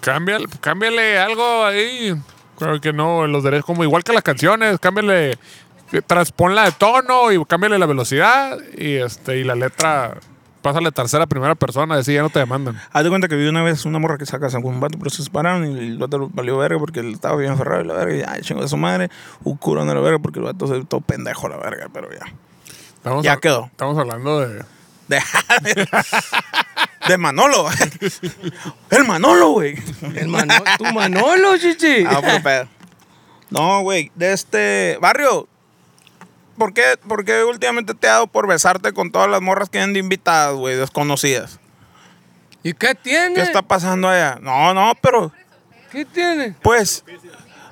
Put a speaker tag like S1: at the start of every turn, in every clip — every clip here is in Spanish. S1: Cámbiale, cámbiale algo ahí. Claro que no, los derechos, como igual que las canciones, cámbiale, eh, transponla de tono y cámbiale la velocidad y este y la letra, pásale tercera, primera persona, así ya no te demandan.
S2: Haz de cuenta que vi una vez una morra que saca a un vato, pero se separaron y el vato valió verga porque él estaba bien ferrado y la verga. Y ya, chingo de su madre. Un curón de la verga porque el vato se todo pendejo a la verga, pero ya.
S1: Estamos
S2: Ya
S1: hab-
S2: quedó.
S1: Estamos hablando de.
S2: De, de Manolo. el Manolo, güey.
S3: El Mano- tu Manolo, chichi.
S2: Ah, puro pedo. No, güey, de este barrio. ¿Por qué, por qué últimamente te ha dado por besarte con todas las morras que vienen de invitadas, güey, desconocidas?
S3: ¿Y qué tiene?
S2: ¿Qué está pasando allá? No, no, pero
S3: ¿Qué tiene?
S2: Pues,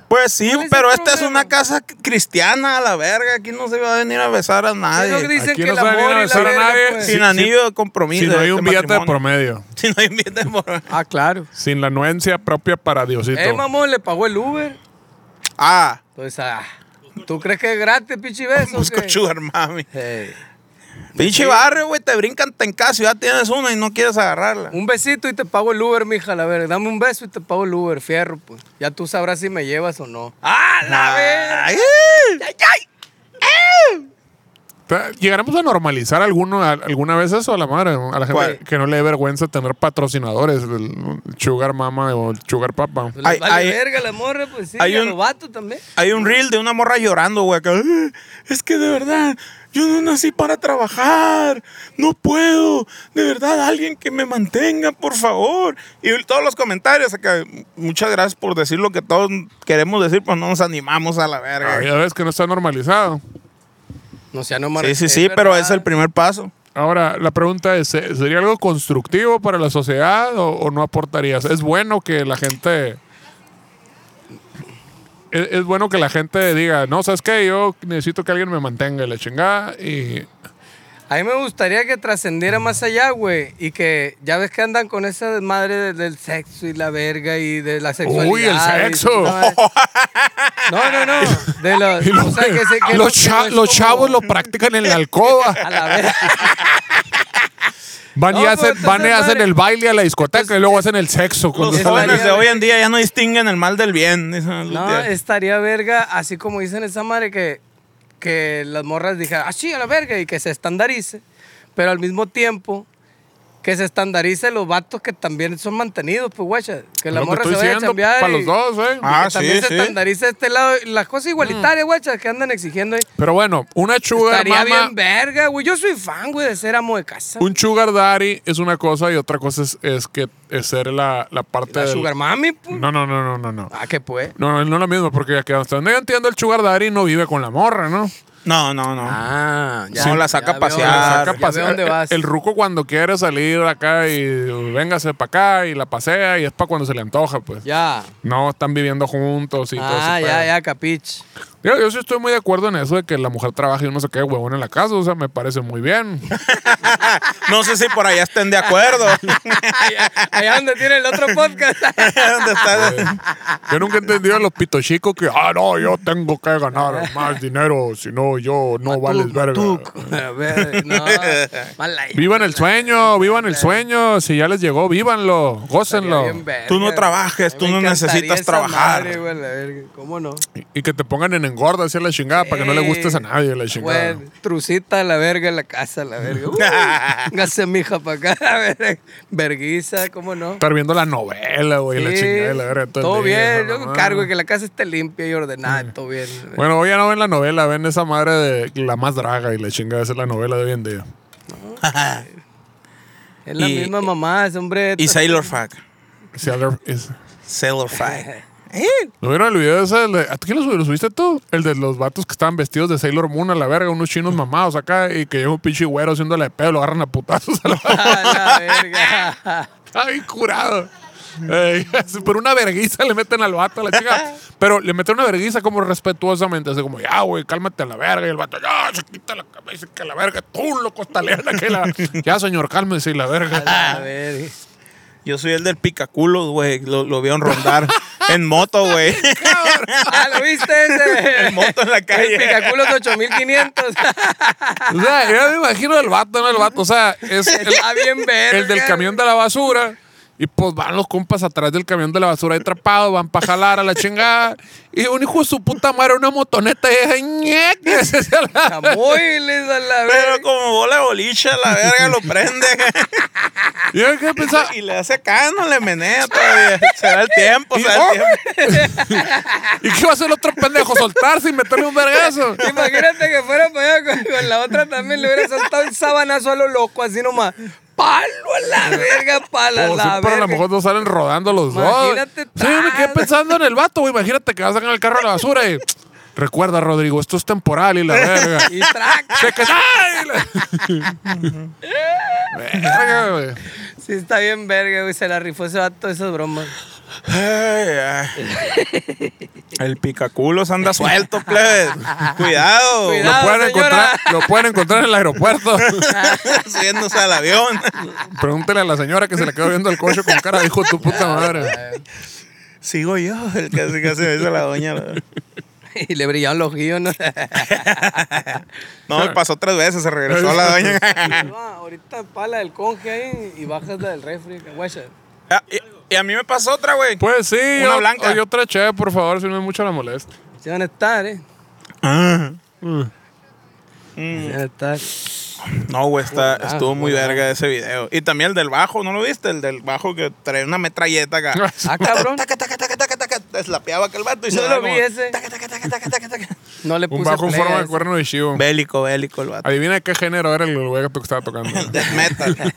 S2: pues sí,
S3: ¿Cuál es el
S2: pero esta es
S3: problema?
S2: una casa cristiana a la verga. Aquí no se va a venir a besar a
S3: Es lo que
S2: nadie.
S3: dicen
S1: Aquí
S3: que
S1: no
S3: el
S1: se va a
S3: amor y la
S1: besar a
S3: verga,
S1: nadie.
S3: pues.
S2: Sin
S1: Sí,
S2: anillo de
S1: Si
S2: compromiso.
S1: no hay un billete de
S2: este matrimonio.
S1: promedio.
S2: Si no hay un billete de promedio.
S3: Ah, claro.
S1: Sin la anuencia propia para Diosito.
S3: Eh, mamón, le pagó el Uber.
S2: Ah,
S3: Entonces, ah, ¿Tú crees que es gratis, pichi beso? o
S2: Busco
S3: qué?
S2: sugar mami.
S3: Hey.
S2: Pinche barrio, güey, te brincan en casa y ya tienes una y no quieres agarrarla.
S3: Un besito y te pago el Uber, mija, la verga. Dame un beso y te pago el Uber, fierro, pues. Ya tú sabrás si me llevas o no. ¡Ah, la verga!
S2: Ay,
S3: ¡Ay, ay!
S1: Ta- ¿Llegaremos a normalizar alguno, a- alguna vez eso a la madre? A la gente
S2: ¿Cuál?
S1: que no le dé vergüenza tener patrocinadores, el Sugar Mama o el Sugar Papa.
S3: Pues
S2: Hay-
S3: les vale
S2: hay-
S3: verga la morra, pues sí.
S2: hay
S3: y a
S2: un-
S3: los vatos también.
S2: Hay un reel de una morra llorando, güey. acá, "Eh, Es que de verdad, yo no nací para trabajar. No puedo. De verdad, alguien que me mantenga, por favor. Y todos los comentarios acá. Muchas gracias por decir lo que todos queremos decir, pues no nos animamos a la verga.
S1: Ah, ya ves que no está normalizado.
S3: No sea nomás.
S2: sí, sí, sí, pero es el primer paso.
S1: Ahora, la pregunta es, ¿se- ¿sería algo constructivo para la sociedad o, o no aportarías? ¿Es bueno que la gente... Es, es bueno que la gente diga, no, ¿sabes qué? Yo necesito que alguien me mantenga y la chingada y...
S3: A mí me gustaría que trascendiera más allá, güey. Y que ya ves que andan con esa madre del sexo y la verga y de la sexualidad.
S1: ¡Uy, el
S3: y-
S1: sexo!
S3: No, no, no. De los,
S1: Y lo-
S3: o sea, que se- que
S1: los,
S3: no- que
S1: cha-
S3: no es
S1: los
S3: como-
S1: chavos lo practican en la alcoba.
S3: A la verga.
S1: Van y
S3: No,
S1: hacen,
S3: pues,
S1: van y
S3: entonces,
S1: hacen
S3: madre.
S1: el baile a la discoteca y luego hacen el sexo. con
S2: Los
S1: los-
S3: Estaría
S2: jóvenes de
S3: bien.
S2: hoy en día ya no distinguen el mal del bien. dicen los
S3: No,
S2: tíos.
S3: estaría verga, así como dicen esa madre que, que las morras dijeran, ah, sí, a la verga, y que se estandarice, pero al mismo tiempo que se estandarice los vatos que también son mantenidos, pues, guacha, que
S1: Lo
S3: la
S1: que
S3: morra
S1: estoy
S3: se vaya a
S1: diciendo,
S3: chambear.
S1: para
S3: y-
S1: los dos, ¿eh?
S3: y que
S2: Ah,
S3: también
S2: sí,
S3: se
S2: sí. Mm.
S3: estandarice este lado, y las cosas igualitarias, guacha, que andan exigiendo. ahí.
S1: Pero bueno, una sugar
S3: Estaría
S1: mama,
S3: bien verga, güey. Yo soy fan, güey, de ser amo de casa.
S1: un sugar daddy es una cosa y otra cosa es, es que es ser la, la parte
S3: La
S1: del-
S3: sugar mami, pues.
S2: Mm.
S1: No, no, no, no, no, no.
S3: Ah, que pues.
S1: No, no, no es lo mismo, porque que hasta donde yo entiendo el sugar daddy no vive con la morra, ¿no?
S2: No, no, no.
S3: Ah,
S2: Sí, la saca a
S3: veo-
S2: pasear.
S1: La
S2: Claro.
S1: saca a
S3: ya veo
S1: pasear.
S3: Ah, dónde vas.
S1: El ruco cuando quiere salir acá y uh, véngase para acá y la pasea y es para cuando se le antoja, pues.
S3: Ya.
S1: No están viviendo juntos y todo
S3: Ah,
S1: ese
S3: ya,
S1: pedo.
S3: ya, capich.
S1: Yo, yo sí estoy muy de acuerdo en eso de que la mujer trabaje y uno se quede huevón en la casa, o sea, me parece muy bien.
S2: No sé si por allá estén de acuerdo.
S3: allá, allá donde tiene el otro podcast.
S2: ¿Dónde está?
S1: Yo nunca he entendido a los pitochicos que, ah, no, yo tengo que ganar más dinero, si no, yo no vales verga.
S3: A ver, no, mal ahí.
S1: Vivan el sueño, vivan el sueño, si ya les llegó, vívanlo,
S3: Estaría
S1: gócenlo.
S3: bien verga.
S2: Tú no trabajes,
S3: A mí
S2: tú
S3: me
S2: no
S3: encantaría
S2: necesitas
S3: esa
S2: trabajar.
S3: madre, güey, la verga. ¿Cómo no?
S1: Y- Y que te pongan en engorda, así a la chingada, para que no le gustes a nadie la chingada.
S3: Güey, trucita a la verga en la casa, a la verga. Uh, Uy, Véngase, mija, para acá. la verga. Verguiza, ¿cómo no?
S1: Estar viendo la novela, güey, la
S3: Sí,
S1: chingada, la verga. el día,
S3: todo bien,
S1: esa
S3: yo me
S1: mamá.
S3: encargo de que la casa esté limpia y ordenada, todo bien.
S1: Bueno, hoy ya no ven la novela, ven esa madre de la más draga y la chingada, esa es la novela de hoy en día.
S3: es la
S2: y-
S3: misma mamá, ese hombre.
S2: Y Sailor Fuck.
S1: Sí, Albert, es-
S2: Sailor Fuck.
S3: ¡Eh!
S1: ¿No vieron el video ese? del de- ¿A quién lo sub- lo subiste tú? El de los vatos que estaban vestidos de Sailor Moon a la verga, unos chinos mamados acá, y que llega un pinche güero haciéndole de pedo, lo agarran a putazos a la
S3: A la verga.
S1: Ay, curado. Ey, así por una verguiza le meten al vato a la chica. Pero le meten una verguiza como respetuosamente. Así como, ya, güey, cálmate a la verga. Y el vato, ya, se quita la cabeza que la verga, tú lo costalean que la. ya, señor, cálmese y la verga.
S3: A la verga.
S2: Yo soy el del picaculo, güey. Lo, lo vieron rondar en moto, güey.
S3: Ah, ¿lo viste ese?
S2: En moto en la calle.
S3: El picaculos de 8500.
S1: O sea, yo me imagino el vato, ¿no? El vato, o sea, es el,
S3: Está bien verga.
S1: el del camión de la basura. Y pues van los compas atrás del camión de la basura ahí trapados, van para jalar a la chingada. Y un hijo de su puta madre, una motoneta, y deja ñeque. se hace a la-
S3: Chamoyles a la
S2: Pero
S3: verga.
S2: como bola de boliche, la verga lo prende.
S1: Y yo que pensaba,
S2: y le hace acá, no le menea todavía. Se da el tiempo, se
S3: oh.
S2: da el tiempo.
S1: ¿Y qué va a hacer el otro pendejo? ¿Soltarse y meterle un vergazo?
S3: Imagínate que fuera para allá con, con la otra también. Le hubiera saltado un sabanazo a lo loco, así nomás. Palo a la verga, pala
S1: O
S3: a la
S1: Oh, sí, pero a
S3: verga.
S1: lo mejor no salen rodando los
S3: Imagínate
S1: dos. Sí, yo me quedé
S3: tal.
S1: pensando en el vato, güey. Imagínate que vas a sacar el carro a la basura y... Recuerda, Rodrigo, esto es temporal y la verga.
S3: Y track.
S1: Te que- ¡Ay! La- Verga, güey.
S3: Sí, está bien verga, güey. Se la rifó ese vato, esas bromas.
S2: Ay, ay. El picaculo se anda suelto, plebe.
S1: Lo
S2: Cuidado.
S3: Cuidado.
S1: pueden,
S3: Ah, señora.
S1: encontrar, lo pueden encontrar en el aeropuerto.
S2: Subiéndose al avión.
S1: Pregúntele a la señora que se le quedó viendo el coche con cara de hijo de tu puta madre.
S2: Sigo yo, el que, el que se dice la doña. la-
S3: y le brillaban los ojillos, ¿no?
S2: No, y pasó tres veces, se regresó a la doña.
S3: Ah, Ahorita pala del conge ahí y bajas la del refri, que guacha.
S2: Ah, y, y a mí me pasó otra, güey.
S1: Pues sí,
S2: Una
S1: o-
S2: blanca.
S1: y otra cheve, por favor, si no es mucho la molestia.
S3: Se van a estar, ¿eh?
S2: Ah.
S3: Se van a estar.
S1: Mm.
S2: No, güey, está,
S3: Buenazo,
S2: estuvo muy
S3: buenazo.
S2: verga ese video. Y también el del bajo, ¿no lo viste? El del bajo que trae una metralleta acá.
S3: Ah, cabrón.
S2: Taca, taca, taca, taca, taca. Deslapeaba aquel vato y se
S3: No
S2: daba
S3: lo
S2: como-
S3: vi ese.
S2: Taca, taca, taca, taca, taca, taca.
S3: No le
S1: Un
S3: puse
S1: bajo en
S3: play a
S1: forma de
S3: ese.
S1: cuerno de chivo.
S2: Bélico, bélico el vato.
S1: Adivina qué género era el güey que estaba tocando.
S2: Death metal.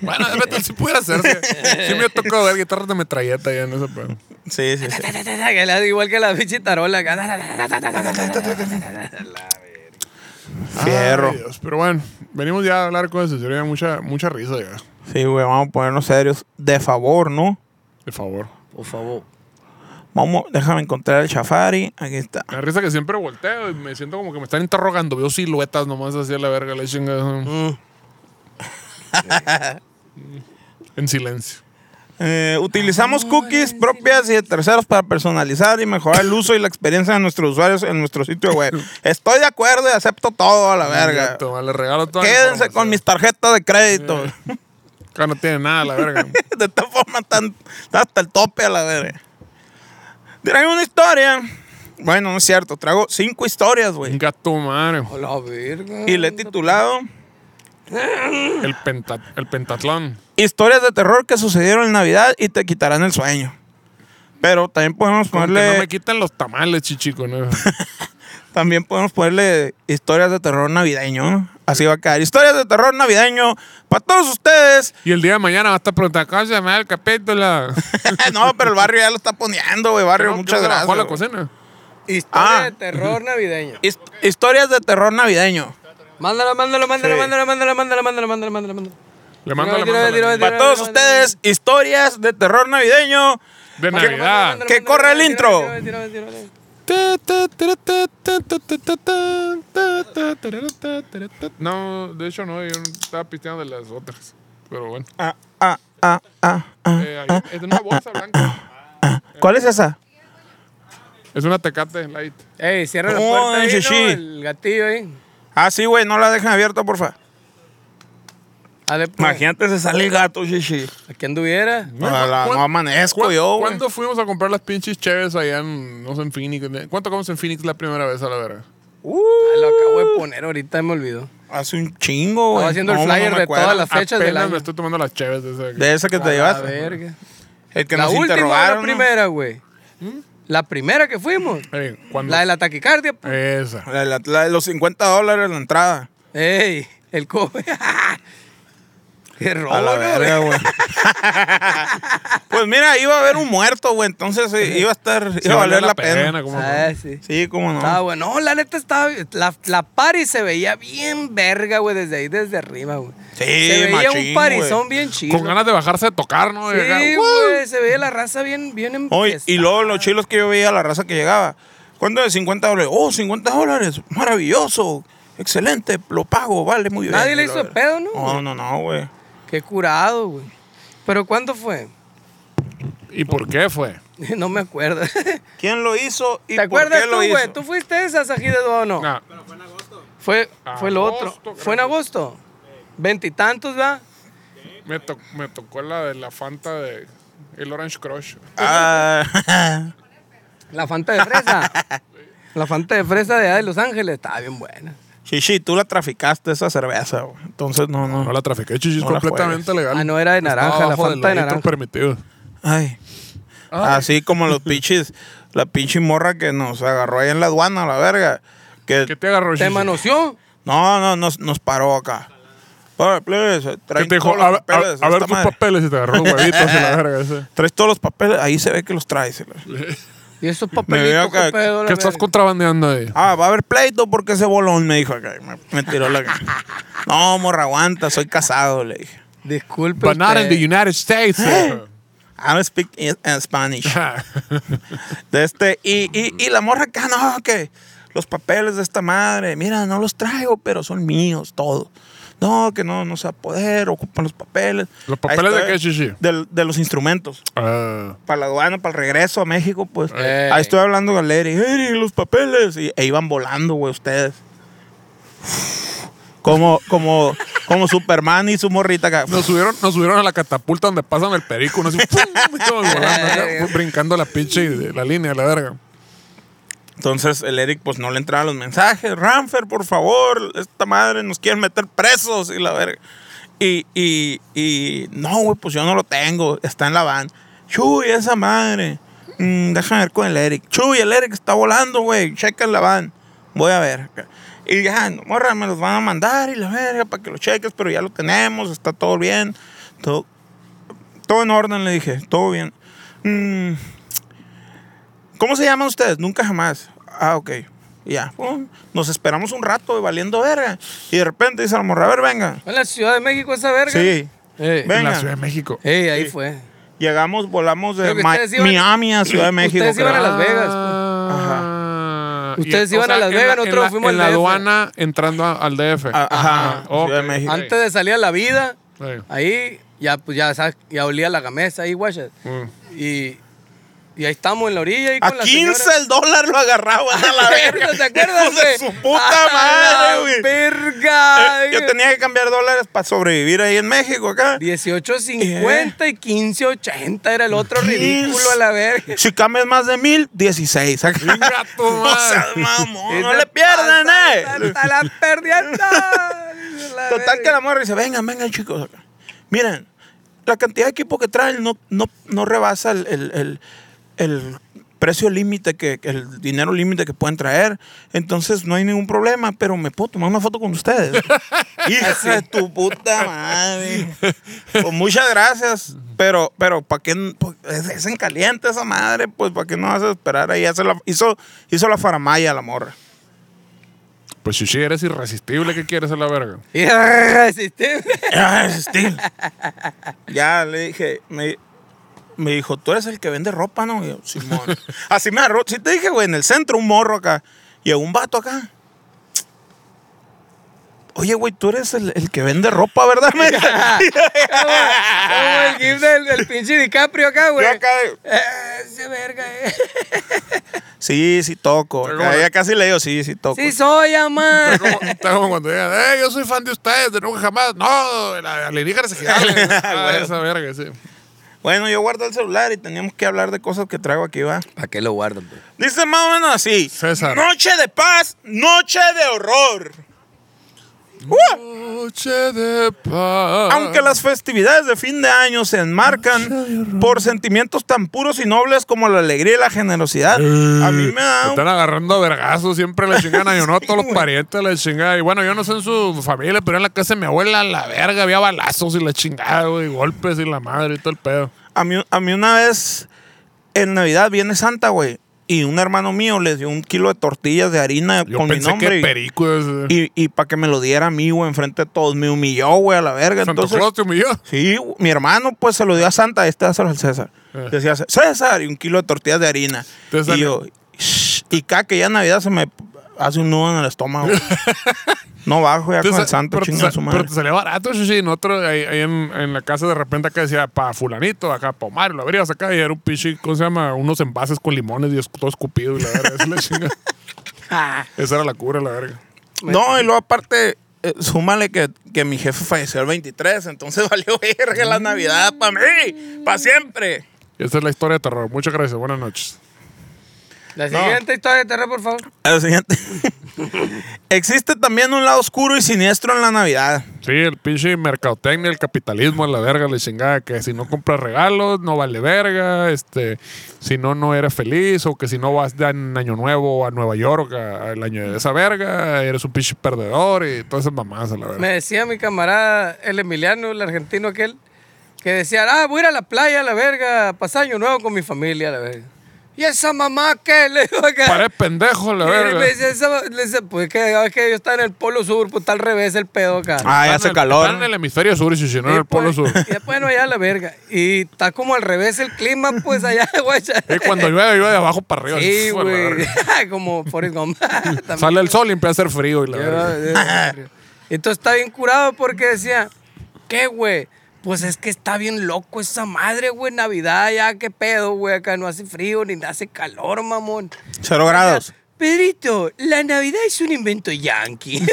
S1: bueno, de repente sí pudiera hacerse. Sí me ha tocado ver guitarras de metralleta ya en ese pedo.
S2: Sí, sí, sí.
S3: Que le da igual que la pinche tarola. acá.
S2: Fierro.
S1: Ay, Dios, pero bueno, venimos ya a hablar con eso. Sería mucha, mucha risa ya.
S2: Sí, güey, vamos a ponernos serios. De favor, ¿no?
S1: De favor.
S3: Por favor.
S2: Vamos, déjame encontrar el Shafari. Aquí está.
S1: La risa que siempre volteo y me siento como que me están interrogando. Veo siluetas nomás así a la verga, la chingada. En silencio.
S2: Eh, utilizamos cookies propias y de terceros para personalizar y mejorar el uso y la experiencia de nuestros usuarios en nuestro sitio web. Estoy de acuerdo y acepto todo a la verga.
S1: Toma, le regalo toda la
S2: Quédense con
S1: información.
S2: mis tarjetas de crédito.
S1: Acá no tiene nada, la verga.
S2: De esta forma están están hasta el tope a la verga. Traigo una historia. Bueno, no es cierto. Traigo cinco historias, güey.
S1: Venga tu madre.
S3: Hola, verga.
S2: Y le he titulado
S1: El, penta- el pentatlón.
S2: Historias de terror que sucedieron en Navidad y te quitarán el sueño. Pero también podemos
S1: Con que
S2: ponerle...
S1: no me quitan los tamales, chichico, ¿no?
S2: También podemos ponerle historias de terror navideño. ¿no? Así va a quedar. Historias de terror navideño para todos ustedes.
S1: Y el día de mañana va a estar preguntando, ¿cómo se llama el capítulo?
S2: no, pero el barrio ya lo está poniendo, güey. Barrio,
S1: No,
S2: muchas
S1: yo
S2: gracias.
S1: trabajo a la
S2: güey.
S1: cocina.
S3: Historia
S2: Ah.
S3: de terror navideño.
S2: Hist- historias de terror navideño.
S3: Mándalo, mándalo, mándalo,
S2: Sí.
S3: mándalo, mándalo, mándalo, mándalo, mándalo, mándalo, mándalo.
S1: Le mando la
S3: Tira, tira, tira,
S1: mano.
S3: tira.
S2: Para todos ustedes, historias de terror navideño.
S1: De
S3: Mándalo,
S1: Navidad.
S3: mándalo,
S2: Que
S3: mándalo,
S2: corra el
S3: mándalo,
S2: intro.
S3: mándalo, mándalo, mándalo, mándalo.
S1: No, de hecho no, yo estaba pisteando de las otras. Pero bueno.
S2: Ah, ah, ah, ah, ah.
S1: Eh, ahí- es de una bolsa blanca.
S2: ¿Cuál es esa?
S1: Es una tecate light.
S3: Ey, cierra la
S2: Oh,
S3: puerta ahí,
S2: sí,
S3: ¿no?
S2: sí.
S3: El gatillo ahí.
S2: Ah, sí, güey, no la dejen abierta, porfa.
S3: Dale, pues.
S2: Imagínate, se sale el gato, shishi.
S3: Aquí anduviera.
S2: No, la- no amanezco
S1: ¿Cuán-
S3: Oh,
S2: yo, güey.
S1: ¿Cuándo fuimos a comprar las pinches cheves allá en, no sé, en Phoenix? ¿Cuánto comemos en Phoenix la primera vez a la verga?
S3: Ah, Lo acabo de poner ahorita, me olvidó.
S2: Uh, Hace un chingo, güey.
S3: Estaba haciendo el
S2: me
S3: flyer de
S2: acuerdo.
S3: todas las- Fechas del
S1: Apenas
S3: año.
S1: me estoy tomando las cheves de ese.
S2: De esa que te
S3: La
S2: llevaste.
S3: verga.
S2: El que
S3: la
S2: nos
S3: última o
S2: interrogaron.
S3: la
S2: ¿no? ¿Mm?
S3: primera, güey. La primera que fuimos.
S1: Eh, cuando-
S3: La de la taquicardia. po.
S1: Esa.
S2: La, la- la de los 50 dólares la entrada.
S3: Ey, el cobre. Qué robo,
S2: A la
S3: Oh, ¿no,
S2: verga,
S3: güey?
S2: güey. pues mira, iba a haber un muerto, güey. Entonces eh, iba a estar. Iba
S1: Sí,
S2: a
S1: valió
S2: valer la pena.
S1: ¿cómo no?
S3: Ah, sí.
S2: Sí, cómo
S3: Estaba
S2: no.
S3: bueno. No, la neta estaba. La, la party se veía bien verga, güey, desde ahí, desde arriba, güey.
S2: Sí,
S3: se veía
S2: machín,
S3: un parizón bien
S1: Con
S3: chido.
S1: ganas de bajarse de tocar, ¿no? Y acá,
S3: Sí,
S1: ¡uh!
S3: güey, se veía la raza bien, bien en
S2: Oye, y luego los chilos que yo veía, la raza que llegaba. ¿Cuánto de 50 dólares? Oh, 50 dólares. Maravilloso. Excelente. Lo pago. Vale, muy bien.
S3: Nadie le
S2: Y la
S3: hizo
S2: verga.
S3: pedo, ¿no?
S2: No, no, no, güey.
S3: Qué curado, güey. ¿Pero cuándo fue?
S1: ¿Y por qué fue?
S3: No me acuerdo.
S2: ¿Quién lo hizo y
S3: ¿Te
S2: por
S3: acuerdas
S2: qué
S3: tú,
S2: lo hizo?
S3: güey? ¿Tú fuiste esa Sajidedua o no?
S1: Ah,
S3: Fue, fue lo otro.
S1: Agosto, creo
S3: Fue en
S1: que-
S3: agosto. Veintitantos, ¿verdad?
S1: me, to- me tocó la de la Fanta de. El Orange Crush.
S2: Ah,
S3: La Fanta de fresa. la Fanta de fresa de allá de Los Ángeles. Estaba bien buena.
S2: Shishi, tú la traficaste esa cerveza, güey. Entonces, no, no.
S1: la trafiqué, chichis,
S2: No la completamente
S1: legal.
S3: Ah, no, era de naranja, Estaba la abajo del Fanta de litro naranja.
S1: permitido.
S2: Ay. Así como los pinches, la pinche morra que nos agarró ahí en la aduana, la verga. Que,
S1: ¿Qué te agarró,
S3: ¿Te
S1: chichis?
S3: manoseó?
S2: no, no, nos, nos paró acá. Para, please,
S1: ¿Qué
S2: traen
S1: te dijo?
S2: todos los
S1: A, ver- a-
S2: papeles.
S1: a ver
S2: esta
S1: tus
S2: madre.
S1: papeles y te agarró los huevitos y la verga. ese.
S2: Traes todos los papeles, ahí se ve que los traes. se la-
S3: Y esos
S2: Me veo
S3: papelitos,
S2: acá.
S3: qué pedo. la
S1: ¿Qué estás
S3: verga?
S1: contrabandeando ahí?
S3: Pues
S2: Ah, va a haber pleito porque ese bolón me dijo acá. Me, me tiró la No, morra, aguanta, soy casado, le dije.
S3: Disculpe.
S1: But not in
S3: usted.
S1: the United States. eh. Ah.
S2: I don't speak in- in Spanish. De este, y, y, y la morra acá, no, que los papeles de esta madre, mira, no los traigo, pero son míos, todo. No, que no, no se va a poder, ocupan los papeles.
S1: ¿Los
S2: Ahí
S1: papeles de
S2: estoy,
S1: qué, Shishi?
S2: del- de los instrumentos.
S1: Ah,
S2: Para la aduana, para el regreso a México, pues.
S3: Ey.
S2: Ahí estoy hablando con Larry. Larry, los papeles. Y, e iban volando, güey, ustedes. Como, como, como Superman y su morrita acá.
S1: nos, subieron, nos subieron a la catapulta donde pasan el perico. ¿no? Así, ¡pum! y todos volando, acá, brincando la pinche la línea, la verga.
S2: Entonces el Eric pues no le entraban los mensajes. Ramfer, por favor, esta madre nos quieren meter presos y la verga. Y, y, y no, güey, pues yo no lo tengo. Está en la van. Chuy, esa madre. Mm, déjame ver con el Eric. Chuy, el Eric está volando, güey. Checa la van. Voy a ver. Y ya, no, morra, me los van a mandar y la verga para que lo cheques, pero ya lo tenemos, está todo bien. Todo, todo en orden, le dije. Todo bien. Mm, ¿Cómo se llaman ustedes? Nunca jamás. Ah, ok. Ya. Pum. Nos esperamos un rato güey, valiendo verga. Y de repente dice la morra, a ver, venga.
S3: ¿En la Ciudad de México esa verga?
S2: Sí.
S3: Ey,
S2: Ve-
S1: En la
S2: Venga.
S1: Ciudad de México.
S3: ey, ahí fue.
S2: Llegamos, volamos de
S3: Creo que
S2: Ma-
S3: ustedes iban-
S2: Miami a Ciudad de México.
S3: ustedes iban a
S2: creo.
S3: Las Vegas, pues.
S1: Ajá. Ah,
S3: Ustedes
S1: o
S3: iban a Las
S1: en
S3: Vegas,
S1: la-
S3: nosotros
S1: en la-
S3: fuimos
S1: En
S3: al
S1: la
S3: DF.
S1: aduana entrando a- al DF.
S2: Ah, Ajá,
S1: ok.
S2: Ciudad de México.
S1: Sí.
S3: Antes de salir a la vida,
S1: Sí.
S3: ahí ya, pues, ya, sabes, ya olía la camisa ahí, guachas.
S1: Mm.
S3: Y, y ahí estamos en la orilla. Y con
S2: A 15 el dólar lo agarraban a la verga.
S3: ¿Te acuerdas,
S2: Hijos de
S3: güey?
S2: su puta
S3: ¡A la
S2: madre, güey.
S3: ¡Verga!
S2: Eh, Yo tenía que cambiar dólares para sobrevivir ahí en México acá.
S3: 18.50 y 15.80 era el otro ridículo a la verga.
S2: Si cambias más de mil, 16. Acá.
S1: Chinga tu
S2: O sea,
S1: madre.
S2: mamón, no
S3: Esa
S2: le pierdan,
S3: pasa,
S2: eh.
S3: ¡Hasta la perdiendo! La
S2: Total
S3: verga.
S2: que la morra dice, vengan, vengan chicos. Miren, la cantidad de equipo que traen no, no, no rebasa el, el- el- el precio límite, que que el dinero límite que pueden traer. Entonces no hay ningún problema, pero me puedo tomar una foto con ustedes. Hija de tu puta madre. Pues muchas gracias. Pero, pero, ¿para qué? n- pues, es, es en caliente esa madre, pues, ¿para qué no haces esperar ahí? Hace la- hizo, hizo la faramaya la morra.
S1: Pues Shishi, eres irresistible. ¿Qué quieres a la verga?
S3: Irresistible.
S2: Ah, es Steel. ya le dije, me, me dijo, tú eres el que vende ropa, ¿no? Y yo, Simón. Así me agarró. Sí te dije, güey, en el centro, un morro acá. Llegó un vato acá. Oye, güey, tú eres el, el que vende ropa, ¿verdad? Me dijo.
S3: Como como el gif del, del pinche DiCaprio acá, güey.
S2: Yo acá de-
S3: Eh, Ese verga, eh.
S2: Sí, sí toco.
S1: Pero
S2: Acá,
S1: como-
S2: ya casi le digo, sí, sí toco.
S3: Sí soy, amá.
S1: Como- Está como cuando digan, eh, yo soy fan de ustedes, de nunca jamás. No, la alienígena se ah,
S2: Bueno.
S1: esa verga, sí.
S2: Bueno, yo guardo el celular y teníamos que hablar de cosas que traigo aquí, va.
S3: ¿Para qué lo guardan, pues?
S2: Dice más o menos así.
S1: César.
S2: Noche de paz, noche de horror.
S1: Noche de paz.
S2: Aunque las festividades de fin de año se enmarcan por sentimientos tan puros y nobles como la alegría y la generosidad, a mí me
S1: Se
S2: da un-
S1: Están agarrando a vergazos siempre la chingada. Yo no, todos los parientes la chingada. Y bueno, yo no sé en su familia, pero en la casa de mi abuela, la verga, había balazos y la chingada, güey, golpes y la madre y todo el pedo.
S2: a mí, a mí una vez en Navidad viene Santa, güey, y un hermano mío les dio un kilo de tortillas de harina
S1: Yo
S2: con mi
S1: pensé que
S2: nombre
S1: perico. Y,
S2: y, para que me lo diera a mí, güey, enfrente de todos, me humilló, güey, a la verga.
S1: Santo
S2: Entonces,
S1: Claus te humilló.
S2: sí, güey, mi hermano pues se lo dio a Santa, este dáselo al César.
S1: Eh.
S2: Decía, César, y un kilo de tortillas de harina.
S1: Te
S2: y
S1: salió.
S2: yo, "Shh", y cada que ya en Navidad se me hace un nudo en el estómago. no bajo ya
S1: Te
S2: con
S1: sa-
S2: el santo,
S1: pero te
S2: chinga
S1: sa-
S2: su madre.
S1: Pero te salía barato, sí, sí. En otro, ahí, ahí en, en la casa de repente acá decía, pa fulanito, acá pa Mario, lo abrías acá y era un pinche, ¿cómo se llama? Unos envases con limones y es- todo escupido y la verga. Esa, es la chinga. Esa era la cura, la verga.
S2: No, y luego aparte, eh, súmale que, que mi jefe falleció el 23, entonces valió verga la Navidad para mí, para siempre.
S1: Esa es la historia de terror. Muchas gracias. Buenas noches.
S3: La siguiente historia de terror, por favor.
S2: A lo siguiente. Existe también un lado oscuro y siniestro en la Navidad.
S1: Sí, el pinche mercadotecnia, el capitalismo, la verga, la chingada, que si no compras regalos, no vale verga, este, si no, no eres feliz, o que si no vas de en Año Nuevo a Nueva York, a- al año de esa verga, eres un pinche perdedor y todas esas mamadas, a la
S3: Me
S1: verga.
S3: decía mi camarada, el Emiliano, el argentino aquel, que decía, ah, voy a ir a la playa, a la verga, a pasar año nuevo con mi familia, a la verga. ¿Y esa mamá qué? Le digo acá.
S1: Paré pendejo, la
S3: Y
S1: verga.
S3: me decía, esa ma- le decía, pues que, ah, que yo estaba en el polo sur, pues está al revés el pedo acá.
S2: Ah, ya
S1: Están en
S2: hace
S1: el-
S2: calor.
S1: están en el hemisferio sur y si no en
S3: Y
S1: el polo
S3: pues-
S1: sur.
S3: Y después no allá a la verga. Y está como al revés el clima, pues allá, güey.
S1: Y cuando llueve, llueve de abajo para arriba.
S3: Sí,
S1: Hijo de la
S3: güey.
S1: verga.
S3: como Forrest Gump. También.
S1: Sale el sol y empieza a hacer frío y la verga.
S3: Yo- yo- Entonces está bien curado porque decía, ¿qué, güey? Pues es que está bien loco esa madre, güey. Navidad ya, qué pedo, güey. Acá no hace frío ni hace calor, mamón.
S2: Cero grados.
S3: Ah, Pedrito, la Navidad es un invento yankee.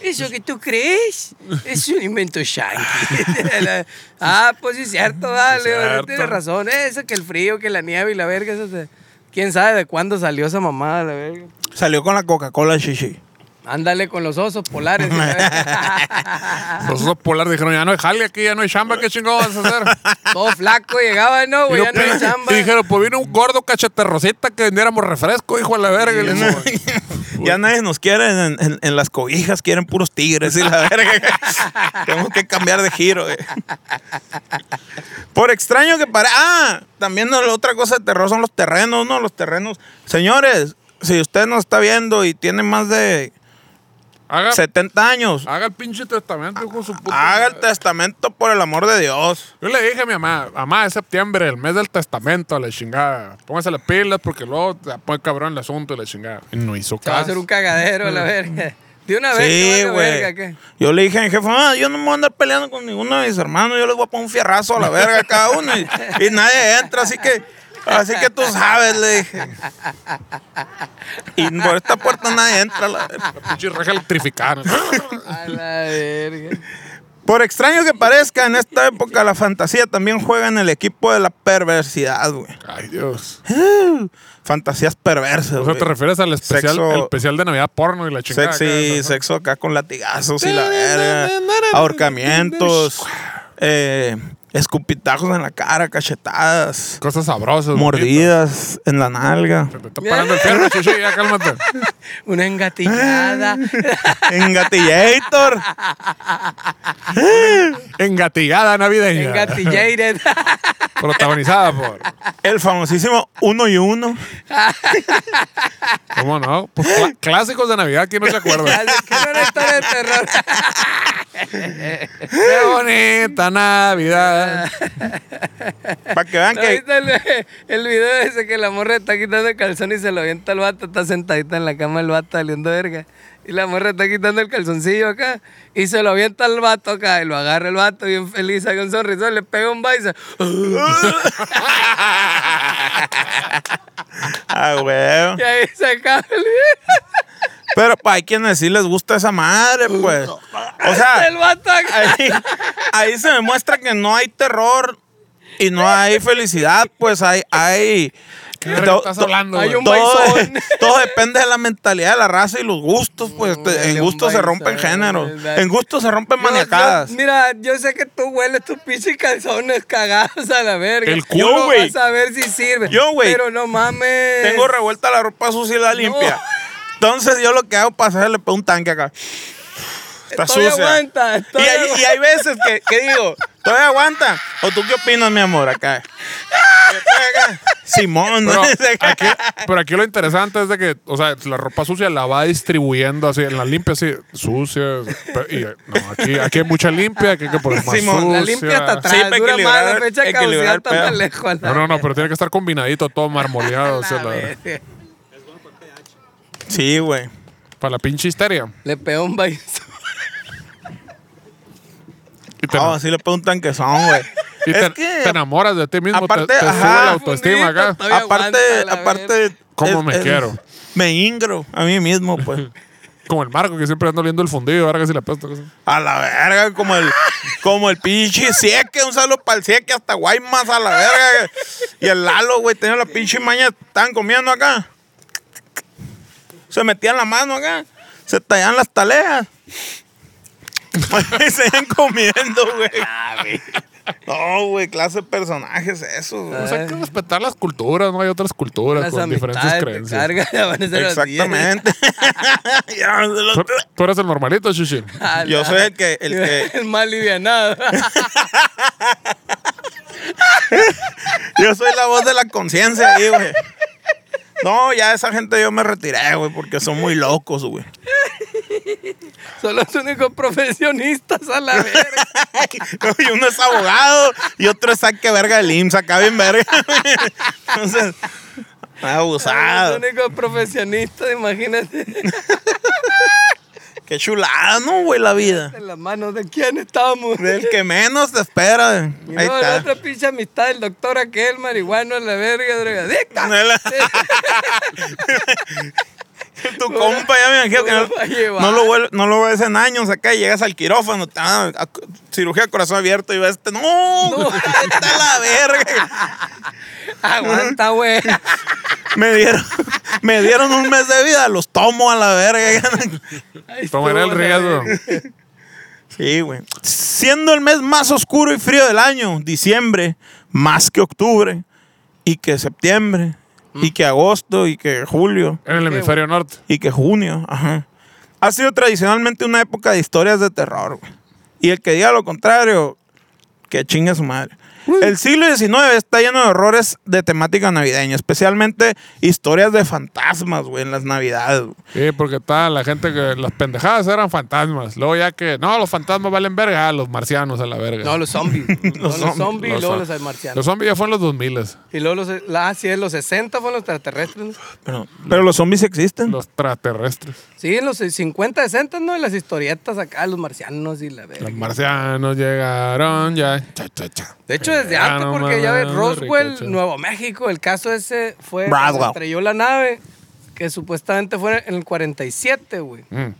S3: Eso que tú crees es un invento yankee. ah, pues sí, es cierto, dale,
S1: cierto.
S3: tienes razón. Eso que el frío, que la nieve y la verga, eso se- quién sabe de cuándo salió esa mamada, la verga.
S2: Salió con la Coca-Cola Shishi.
S3: Ándale con los osos polares. la verga.
S1: Los dos polar dijeron, ya no hay jale aquí, ya no hay chamba, ¿qué chingado vas a hacer?
S3: Todo flaco llegaba, no, güey,
S1: Y
S3: Pues ya no hay chamba.
S1: y dijeron, pues vino un gordo cacheterrosita que vendiéramos refresco, hijo de la verga. Y le dijimos,
S2: Ya nadie nos quiere en, en- en las cobijas, quieren puros tigres y la verga. Tenemos que cambiar de giro. güey. Por extraño que para. Ah, también no- la otra cosa de terror son los terrenos, ¿no? Los terrenos. Señores, si usted nos está viendo y tiene más de
S1: haga,
S2: 70 años,
S1: haga el pinche testamento, hijo de su Ah. puta.
S2: haga el
S1: madre".
S2: testamento por el amor de Dios.
S1: Yo le dije a mi mamá, mamá, es septiembre, el mes del testamento, a la chingada. Póngase las pilas porque luego te pone cabrón el asunto y la chingada. Y no hizo
S3: Se va a
S1: caso.
S3: hacer un cagadero, la verga. De una vez,
S2: Sí,
S3: te vale verga,
S2: güey.
S3: ¿qué?
S2: Yo le dije a mi jefe, "Ah, yo no me voy a andar peleando con ninguno de mis hermanos, yo les voy a poner un fierrazo a la verga a cada uno y, y nadie entra, así que, así que tú sabes, le dije. Y por esta puerta nadie entra. la verga.
S1: Pinche reja electrificada.
S3: A la verga.
S2: Por extraño que parezca, en esta época la fantasía también juega en el equipo de la perversidad, güey.
S1: Ay, Dios.
S2: Fantasías perversas,
S1: O sea,
S2: güey.
S1: te refieres al especial,
S2: Sexo-
S1: el especial de Navidad porno y la chingada.
S2: Sexy,
S1: acá,
S2: sexo acá con latigazos y la verga. Ahorcamientos. eh, escupitajos en la cara, cachetadas.
S1: Cosas sabrosas.
S2: Mordidas en la nalga.
S1: Se te está parando el perro, chuchi, ya cálmate.
S3: Una engatillada.
S2: Ah, Engatillator.
S1: Engatillada navideña.
S3: Engatillated.
S1: Protagonizada por.
S2: El famosísimo uno y uno.
S1: ¿Cómo no? Pues cla- clásicos de Navidad, ¿quién no se acuerda?
S3: Así que era una historia de terror.
S1: ¡Qué bonita Navidad!
S2: Para que vean
S3: Ahí
S2: que.
S3: está el, el video ese que la morra está quitando el calzón y se lo avienta al vato, está sentadita en la cama el vato saliendo verga. Y la morra está quitando el calzoncillo acá y se lo avienta al vato acá y lo agarra el vato bien feliz, saca un sonrisón, le pega un baisa.
S2: Ah, güey.
S3: Y ahí se acaba el video.
S2: Pero pa, hay quienes sí les gusta esa madre, pues. O
S3: el
S2: sea,
S3: vato acá.
S2: ahí, ahí se demuestra que no hay terror y no hay felicidad, pues hay. hay
S1: ¿Qué verga
S2: to-
S1: estás
S2: to-
S1: hablando,
S3: hay
S1: güey?
S3: un
S2: todo,
S3: baisón.
S2: todo depende de la mentalidad de la raza y los gustos, pues te-
S3: Dale
S2: en
S3: un
S2: gustos se
S3: baisón,
S2: rompen géneros,
S3: dale.
S2: en gustos se rompen
S3: Yo- yo-
S2: maniacadas.
S3: mira, yo sé que tú hueles tus pinches calzones cagados a la verga.
S1: El
S2: culo,
S3: Yo,
S2: güey.
S3: Vas a ver si sirve.
S2: Yo, güey.
S3: Pero no mames.
S2: Tengo revuelta la ropa sucia y la limpia. Entonces yo lo que hago para hacerle pues, un tanque acá. Está
S3: Todavía
S2: sucia.
S3: aguanta,
S2: y,
S3: todavía
S2: hay, y hay veces que, que digo, ¿todavía aguanta? ¿O tú qué opinas, mi amor, acá? Acá. Simón, ¿no?
S1: Pero aquí, pero aquí lo interesante es de que, o sea, la ropa sucia la va distribuyendo así, en la limpia así, sucia. pe- Y, no, aquí, aquí hay mucha limpia, aquí hay que poner más
S2: Simón,
S1: sucia.
S3: La limpia hasta atrás.
S2: Sí, para
S3: Dura más la
S2: equilibrar-
S3: fecha de
S2: equilibrar
S3: caducidad
S2: el
S3: tan
S2: pedo.
S3: más lejos. a la
S1: No, no, no, pero tiene que estar combinadito, todo marmoleado, o sea, la-
S3: verga.
S2: Sí, güey.
S1: para la pinche histeria.
S3: Le pegó un baiso.
S1: Y te,
S2: No, así le pego un tanquezón, güey.
S1: y te-
S2: Es que
S1: te enamoras de ti mismo, te-
S2: aparte,
S1: te, sube
S2: ajá,
S1: la autoestima
S3: fundito,
S1: acá.
S3: está- Todavía
S2: aparte,
S3: aguanta, la verga.
S2: aparte...
S1: ¿Cómo me quiero?
S2: Me ingro a mí mismo, pues.
S1: Como el marco que siempre anda oliendo el fundido, ahora que si le apesto. cosas.
S2: A la verga, como el, como el pinche sieque, un saludo para el sieque hasta Guaymas, a la verga. Y el Lalo, güey, tenía la pinche maña, estaban comiendo acá. Se metían la mano acá, se tallaban las taleas. y se iban comiendo,
S3: Ah,
S2: güey. No, güey, clase de personajes esos, güey.
S1: O
S3: Ah,
S1: sea, Pues hay que respetar las culturas, ¿no? Hay otras culturas
S3: Las
S1: con diferentes
S3: amistades te
S1: creencias.
S3: cargan, ya van a ser las diez.
S2: Exactamente. Ya, se lo-
S1: ¿Tú, tú eres el normalito, Shishi.
S3: A
S2: Yo
S3: la-
S2: soy el que- el que-
S3: El más livianado.
S2: Yo soy la voz de la conciencia ahí, güey. No, ya esa gente yo me retiré, güey, porque son muy locos, güey.
S3: Son los únicos profesionistas a la verga.
S2: Y uno es abogado y otro es saque verga del IMSS, acá bien verga. Entonces, Abusado. Ah.
S3: El único profesionista, imagínate.
S2: Qué chulada, ¿no, güey, la vida?
S3: En las manos de quién estamos.
S2: Del que menos te espera. Ahí
S3: Y no, la
S2: está.
S3: otra pinche amistad del doctor aquel, marihuano, la verga, drogadicta.
S2: No, la- tu compa ya me imagino que
S3: ¿Cómo va a
S2: no,
S3: llevar?
S2: no lo vuel- no lo ves en años acá y llegas al quirófano, te dan a- a- cirugía de corazón abierto y ves, este, no, está la verga.
S3: Aguanta, güey.
S2: Me dieron, me dieron un mes de vida, los tomo a la verga.
S3: Ahí
S1: Tomaré el
S3: estuvo la
S1: riesgo.
S3: verga.
S2: Sí, güey. Siendo el mes más oscuro y frío del año, diciembre, más que octubre, y que septiembre,
S3: Mm.
S2: y que agosto, y que julio.
S1: En el hemisferio norte.
S2: y que junio, ajá. Ha sido tradicionalmente una época de historias de terror, güey. Y el que diga lo contrario, que chingue su madre. El siglo XIX está lleno de horrores de temática navideña, especialmente historias de fantasmas, güey, en las navidades. güey.
S1: Sí, porque está la gente que las pendejadas eran fantasmas. Luego ya que, no, los fantasmas valen verga, ah, los marcianos a la verga.
S3: No, los zombies. los,
S2: zombies.
S3: los zombies y
S1: Los
S3: luego
S1: zom-
S3: los
S1: Los
S3: marcianos.
S1: zombies ya fueron los 2000
S3: Y luego los. Ah, sí, en los 60 fueron los extraterrestres. ¿no?
S2: Pero, pero los zombies existen.
S1: los extraterrestres.
S3: Sí, en los 50, 60, ¿no? Y las historietas acá, los marcianos y la verga.
S1: Los marcianos llegaron ya. Cha, cha, cha.
S3: De hecho, desde
S1: Ya,
S3: antes,
S1: Ah, no
S3: porque ya ves,
S1: mames,
S3: Roswell,
S1: ricoche.
S3: Nuevo México, el caso ese fue.
S2: Roswell.
S3: cuando Estrelló la nave, que supuestamente fue en el 47, güey.
S1: Mm.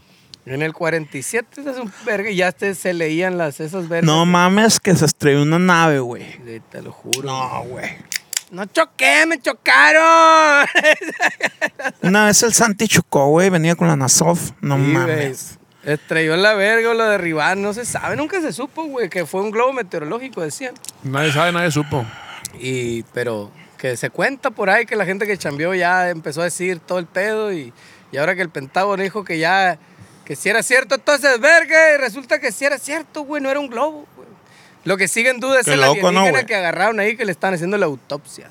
S3: En el 47 es un verga y ya te- se leían las esas vergas.
S2: No mames que se estrelló una nave, güey.
S3: Sí, Te lo juro. No,
S2: No, güey.
S3: choqué, me chocaron.
S2: Una vez el Santi chocó, güey, venía con la Nasof. No
S3: Sí,
S2: mames.
S3: güey. Estrelló en la verga o lo derribaron, no se sabe, nunca se supo, güey, que fue un globo meteorológico, decían.
S1: Nadie sabe, nadie supo.
S3: Y, pero que se cuenta por ahí que la gente que chambeó ya empezó a decir todo el pedo y, y ahora que el Pentágono dijo que ya, que si era cierto, entonces, verga, y resulta que si era cierto, güey, no era un globo, güey. Lo que sigue en duda es
S2: Qué
S3: el
S2: loco, ¿no,
S3: alienígena
S2: güey?
S3: que agarraron ahí que le están haciendo la autopsia.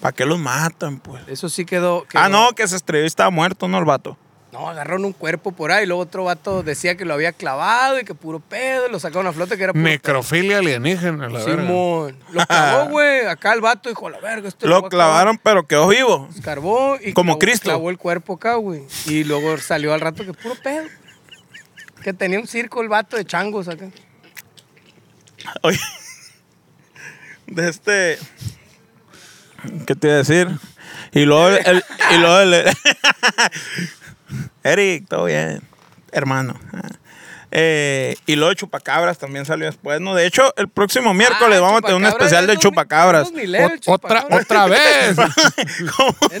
S2: ¿Para qué los matan, pues?
S3: Eso sí quedó...
S2: Ah,
S3: quedó-
S2: no, que se estrelló y estaba muerto, ¿no, el vato?
S3: No, agarraron un cuerpo por ahí, luego otro vato decía que lo había clavado y que puro pedo, lo sacaron a flote que era puro pedo.
S1: Necrofilia alienígena, la verga.
S3: Simón. Lo clavó, güey. Acá el vato dijo, a la verga, este
S2: Lo
S3: voy a clavar".
S2: clavaron, pero quedó vivo.
S3: Carbó y
S2: Como
S3: clavó,
S2: Cristo.
S3: clavó el cuerpo acá, güey. Y luego salió al rato que puro pedo. Que tenía un circo el vato de changos acá.
S2: Oye. De este. ¿Qué te iba a decir? Y luego el. el- y luego el- Eric, todo bien. Hermano. Eh, y luego Chupacabras también salió después, ¿no? De hecho, el próximo miércoles
S3: Ah,
S2: vamos a tener un
S3: chupacabras,
S2: especial
S3: es
S2: de
S3: dos mil-
S2: Chupacabras.
S3: dos milero el
S1: Ot- otra,
S3: chupacabras.
S1: otra vez.
S2: como,
S3: Es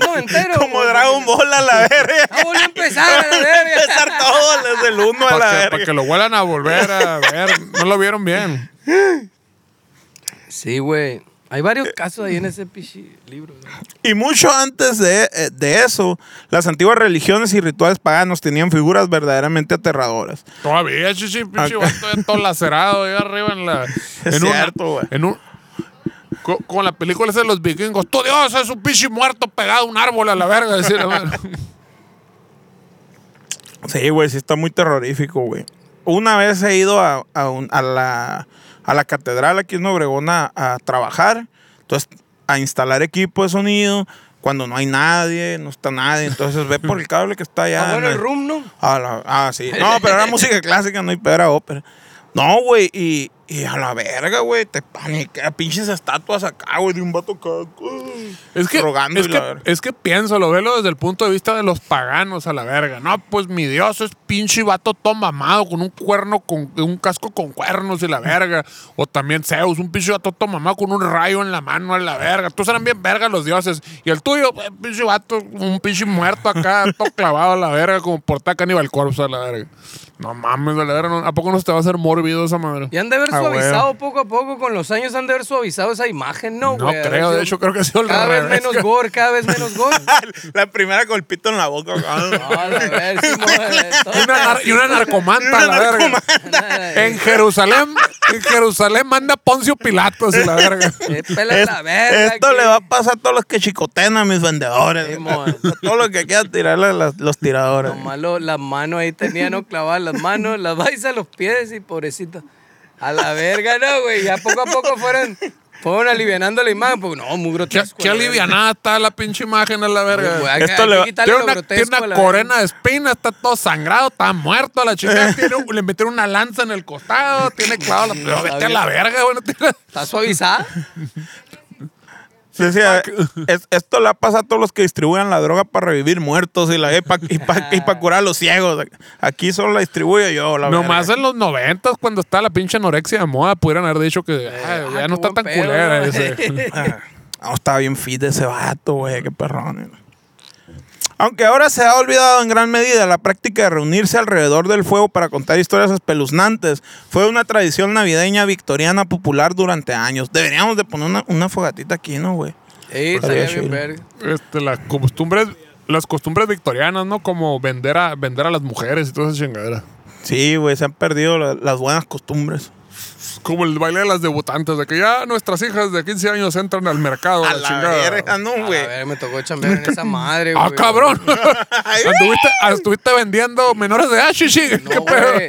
S3: noventero,
S2: como
S3: güey.
S2: Dragon Ball a la verga.
S3: Ah, volvió a empezar, a la verga.
S2: Empezar todo desde el uno
S1: Para
S2: a la
S1: que, pa'
S2: verga.
S1: que lo vuelan a volver a ver. No lo vieron bien.
S3: Sí, güey. Hay varios casos ahí en ese pichi libro. ¿no?
S2: Y mucho antes de, eh, de eso, las antiguas religiones y rituales paganos tenían figuras verdaderamente aterradoras.
S1: Todavía, chichi, pinche vato ya todo lacerado ahí arriba en la. En una-
S2: cierto, güey.
S1: En un. co- Con, la película esa de los vikingos. ¡Tú Dios! Es un pinche muerto pegado a un árbol a la verga. decía la madre.
S2: Sí, güey, sí está muy terrorífico, güey. Una vez he ido a, a un- a la, a la catedral aquí en Obregón a, a trabajar, entonces a instalar equipo de sonido cuando no hay nadie, no está nadie, entonces ve por el cable que está allá.
S3: Ah, bueno,
S2: ¿no?
S3: el room, ¿no?
S2: A la- ah, sí. No, pero era música clásica, no, y pero era ópera. No, güey, y, y a la verga, güey, te paniquea, pinches estatuas acá, güey, de un vato acá. güey,
S1: Es que,
S2: Rogando
S1: es,
S2: y la
S1: que,
S2: verga.
S1: es que pienso, lo velo desde el punto de vista de los paganos a la verga. No, pues mi Dios es pinche vato todo mamado con un cuerno, con un casco con cuernos y la verga. O también Zeus, un pinche vato todo mamado con un rayo en la mano a la verga. Todos eran bien verga los dioses. Y el tuyo, eh, pinche vato, un pinche muerto acá, todo clavado a la verga, como porta Cannibal Corpse a la verga. No mames, a la verga. no- ¿A poco no se te va a hacer mórbido esa madre?
S3: Y han de haber
S2: Ah, güey.
S3: suavizado poco a poco, con los años han de haber suavizado esa imagen, ¿no,
S1: No
S3: güey? Ha de haber
S1: creo, de
S3: sido
S1: hecho creo que ha sido el
S3: Cada vez
S1: revés.
S3: menos gore, cada vez menos gore.
S2: la primera golpito en la boca.
S3: No, a la verga, sí, mo-
S1: Y una, nar- y una narcomanta, a la verga. En Jerusalén, en Jerusalén manda Poncio Pilatos y la verga.
S3: Eh, pela
S2: Es-
S3: la verga
S2: esto
S3: aquí.
S2: le va a pasar a todos los que chicotean a mis vendedores.
S3: Sí,
S2: güey.
S3: mo.
S2: a todos los que quieran tirarle a las- los tiradores.
S3: Lo malo, las manos ahí tenían no clavadas las manos, las vais a los pies y pobrecito. A la verga, no, güey. Ya poco a poco fueron Fueron alivianando la imagen, porque no, muy
S1: Qué,
S3: grotesco.
S1: qué
S3: la verga.
S1: alivianada está la pinche imagen a la
S3: Güey,
S1: verga.
S3: hay-
S2: Esto
S3: hay
S2: le
S3: que
S2: va-
S3: quitarle
S1: Tiene
S3: lo
S1: una,
S3: grotesco
S1: tiene
S3: a
S1: una
S3: la
S1: corona de espina, está todo sangrado, está muerto la chica. tiene un- le metieron una lanza en el costado, tiene clavado la. Pero vete a la verga, güey. no tiene-
S3: Mm, verga. Está suavizada.
S2: Sí, sí, es- esto le pasa a todos los que distribuyen la droga para revivir muertos y, la, y para curar a los ciegos. Aquí solo la distribuyo yo, la verga.
S1: Nomás en los noventas, cuando está la pinche anorexia de moda, pudieran haber dicho que "Ay,
S3: Ah,
S1: ya
S3: qué
S1: no está
S3: buen
S1: tan
S3: pedo,
S1: culera
S3: güey.
S1: ese.
S2: Ah, no, estaba bien fit ese vato, güey, qué perrón. Aunque ahora se ha olvidado en gran medida la práctica de reunirse alrededor del fuego para contar historias espeluznantes, fue una tradición navideña victoriana popular durante años. Deberíamos de poner una, una fogatita aquí, ¿no, güey?
S3: Sí,
S2: Estaría
S3: estaría
S2: chido.
S3: bien verga.
S1: Este, las costumbres, las costumbres victorianas, ¿no? Como vender a, vender a las mujeres y toda esa chingadera.
S2: Sí, güey, se han perdido la- las buenas costumbres.
S1: Como el baile de las debutantes, de que ya nuestras hijas de 15 años entran al mercado.
S2: A
S1: la
S2: la
S1: chingada.
S2: verga, no,
S3: A
S2: güey.
S3: ver, me tocó chambear en esa madre, güey.
S1: ¡Ah, cabrón! ¿Anduviste, estuviste vendiendo menores de edad, chichi? ¿Qué
S3: No,
S1: pedo?
S3: güey.